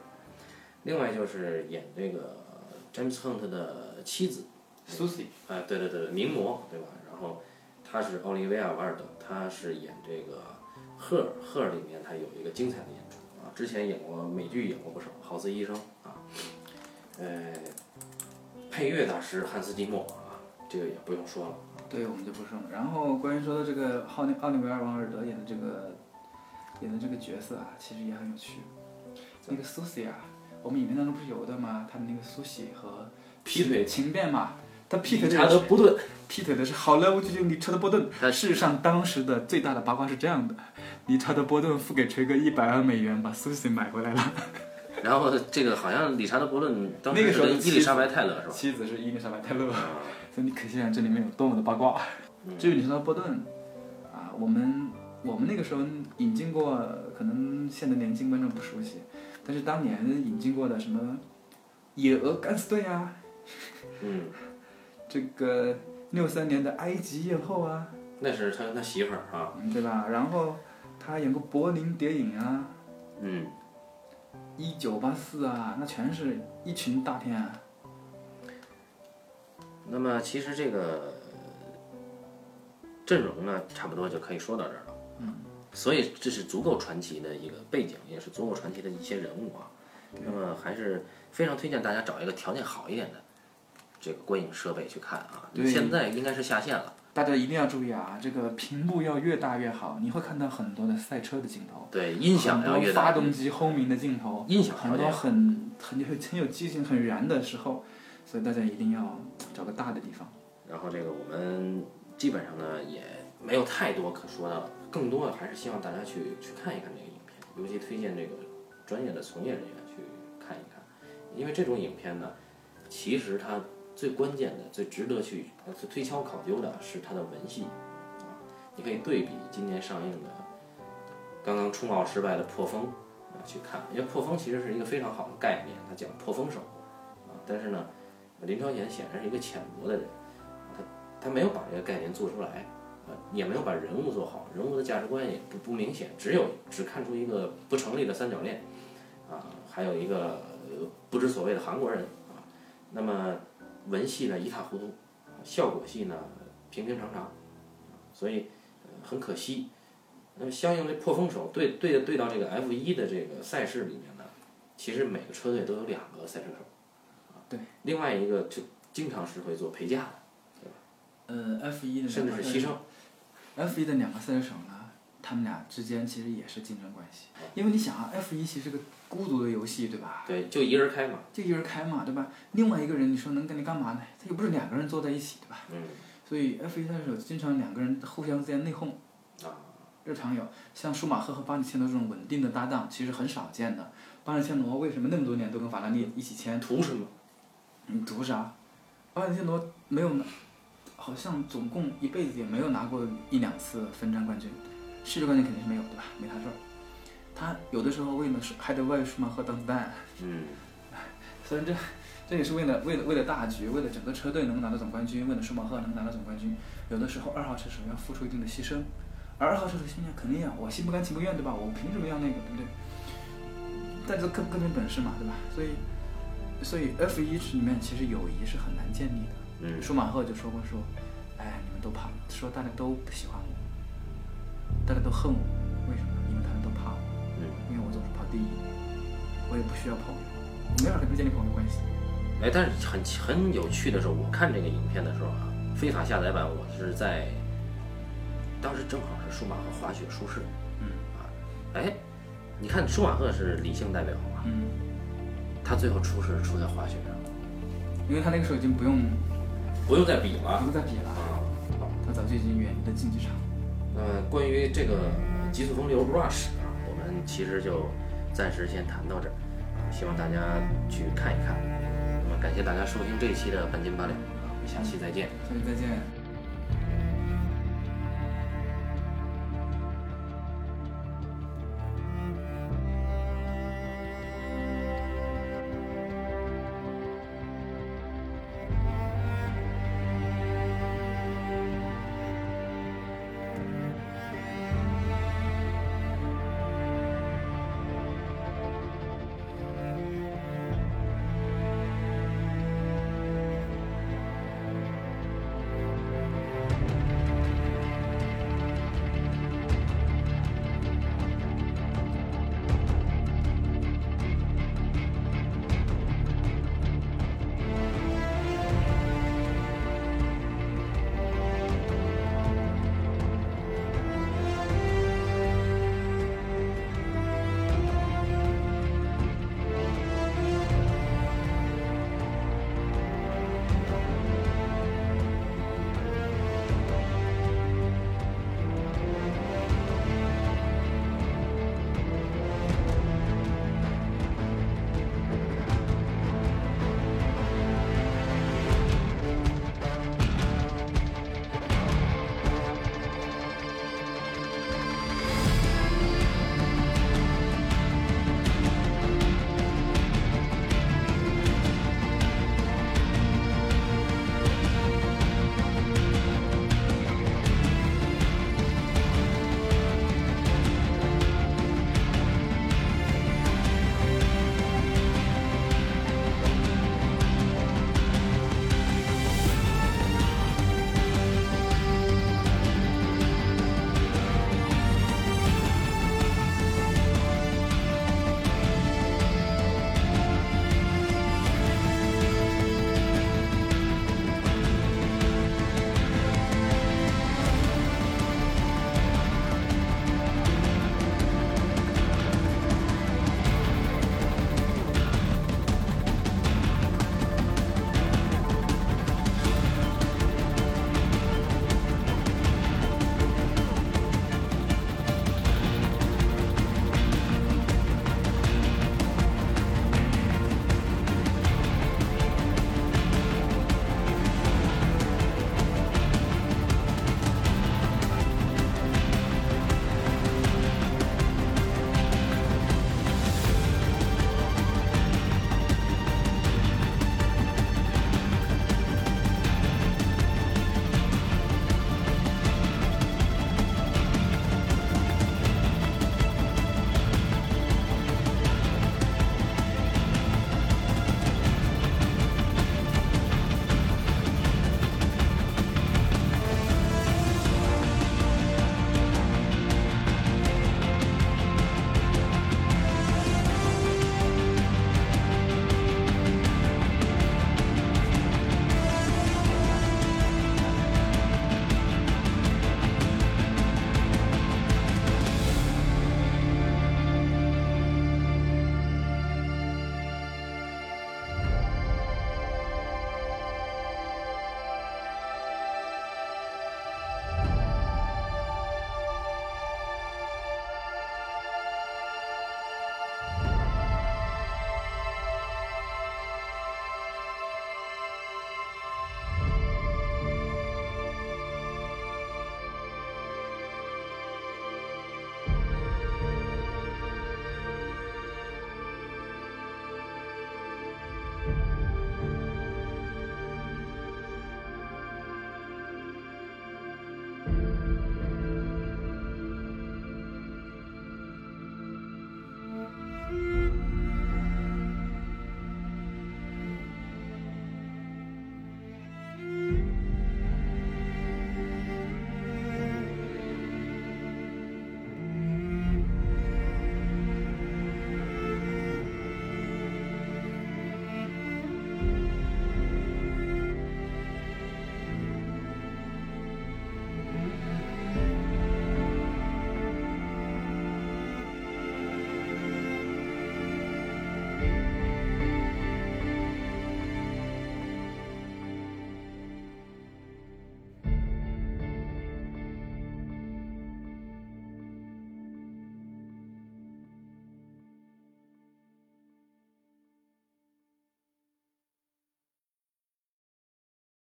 Speaker 1: 另外就是演这个詹姆斯· Hunt 的妻子，
Speaker 2: Susie，
Speaker 1: 啊，对对对，名模对吧？然后她是奥利维亚·瓦尔德，她是演这个赫尔，赫尔里面她有一个精彩的演出啊，之前演过美剧演过不少，《豪斯医生》啊，呃，配乐大师汉斯季默啊，这个也不用说了，
Speaker 2: 对我们就不说了。然后关于说的这个奥利奥利维尔·王尔德演的这个演的这个角色啊，其实也很有趣。那个 Susie 啊，我们影片当中不是有的嘛，他的那个苏西和
Speaker 1: 劈腿
Speaker 2: 情变嘛，他劈腿的
Speaker 1: 查德·布顿，
Speaker 2: 劈腿的是好莱坞巨星理查德·波顿。
Speaker 1: 他
Speaker 2: 事实上，当时的最大的八卦是这样的：理查德·波顿付给锤哥一百万美元，把 Susie 买回来了。
Speaker 1: 然后这个好像理查德·伯顿当
Speaker 2: 那
Speaker 1: 时是
Speaker 2: 个时候
Speaker 1: 跟
Speaker 2: 的妻
Speaker 1: 伊丽莎白·泰勒是吧？
Speaker 2: 妻子是伊丽莎白·泰勒，
Speaker 1: 啊
Speaker 2: 所以你可想想这里面有多么的八卦。至于理查德·波顿，啊，我们我们那个时候引进过，可能现在年轻观众不熟悉，但是当年引进过的什么野鹅敢死队啊，
Speaker 1: 嗯，
Speaker 2: 这个六三年的埃及艳后啊，
Speaker 1: 那是他跟他媳妇儿啊，
Speaker 2: 嗯对吧？然后他演过《柏林谍影》啊。
Speaker 1: 嗯，
Speaker 2: 一九八四啊，那全是一群大片啊。
Speaker 1: 那么其实这个阵容呢，差不多就可以说到这儿了。嗯，所以这是足够传奇的一个背景，也是足够传奇的一些人物啊。那么还是非常推荐大家找一个条件好一点的这个观影设备去看啊。
Speaker 2: 对
Speaker 1: 现在应该是下线了。
Speaker 2: 大家一定要注意啊，这个屏幕要越大越好，你会看到很多的赛车的镜头，
Speaker 1: 对，音响要
Speaker 2: 很
Speaker 1: 越
Speaker 2: 多
Speaker 1: 大
Speaker 2: 发动机轰鸣的镜头，
Speaker 1: 音响条
Speaker 2: 很
Speaker 1: 件
Speaker 2: 多很很有很有激情、很燃的时候，所以大家一定要找个大的地方。
Speaker 1: 然后这个我们基本上呢也没有太多可说的了，更多的还是希望大家去去看一看这个影片，尤其推荐这个专业的从业人员去看一看，因为这种影片呢，其实它最关键的、最值得去呃去推敲考究的是它的文戏啊，你可以对比今年上映的刚刚冲奥失败的《破风》啊去看，因为《破风》其实是一个非常好的概念，它讲破风手啊，但是呢，呃林超贤显然是一个浅薄的人。他没有把这个概念做出来，呃，也没有把人物做好，人物的价值观也不不明显，只有只看出一个不成立的三角恋，啊，还有一个呃不知所谓的韩国人啊，那么文戏呢一塌糊涂，啊效果戏呢平平常常，啊所以、呃很可惜。那么相应的破风手对对对到这个 F 一的这个赛事里面呢，其实每个车队都有两个赛车手，啊，对，另外一个就经常是会做陪嫁
Speaker 2: 呃，F 一的
Speaker 1: 的，甚至是牺牲。
Speaker 2: F 一的两个赛车手呢，他们俩之间其实也是竞争关系，因为你想啊，F 一其实是个孤独的游戏，对吧？
Speaker 1: 对，就一人开嘛，
Speaker 2: 就一人开嘛，对吧？另外一个人，你说能跟你干嘛呢？他又不是两个人坐在一起，对吧？
Speaker 1: 嗯，
Speaker 2: 所以 F 一赛车手经常两个人互相之间内讧，
Speaker 1: 啊，
Speaker 2: 日常有像舒马赫和巴里切罗这种稳定的搭档，其实很少见的。巴里切罗为什么那么多年都跟法拉利一起签？
Speaker 1: 图什么？
Speaker 2: 你图啥？巴里切罗没有拿，好像总共一辈子也没有拿过一两次分站冠军，世界冠军肯定是没有，对吧？没他事儿。他有的时候为了是还得为舒马赫挡子弹，
Speaker 1: 嗯，
Speaker 2: 虽然这这也是为了为了为了大局，为了整个车队能拿到总冠军，为了舒马赫能拿到总冠军，有的时候二号车手要付出一定的牺牲，而二号车手心想肯定呀，啊我心不甘情不愿对吧？我凭什么要那个对不对？但这各各凭本事嘛对吧？所以所以 F 一里面其实友谊是很难建立的。
Speaker 1: 嗯，
Speaker 2: 舒马赫就说过说，哎，你们都怕，说大家都不喜欢我，大家都恨我，为什么？因为他们都怕我。
Speaker 1: 嗯，
Speaker 2: 因为我总是跑第一，我也不需要朋友，我没法跟他建立朋友关系。
Speaker 1: 哎，但是很很有趣的是，我看这个影片的时候啊，非法下载版我是在，当时正好是舒马赫滑雪舒适，
Speaker 2: 嗯
Speaker 1: 啊，哎，你看舒马赫是理性代表嘛，
Speaker 2: 嗯，
Speaker 1: 他最后出事出在滑雪上，
Speaker 2: 因为他那个时候已经不用
Speaker 1: 不用再比
Speaker 2: 不
Speaker 1: 了
Speaker 2: 用再比了，
Speaker 1: 啊。好
Speaker 2: 他早就已经远离了竞技场。
Speaker 1: 呃，关于这个极速风流 Rush 啊，我们其实就暂时先谈到这儿，啊，希望大家去看一看。那么感谢大家收听这一期的半斤八两啊，我们下期再见。
Speaker 2: 所以再见。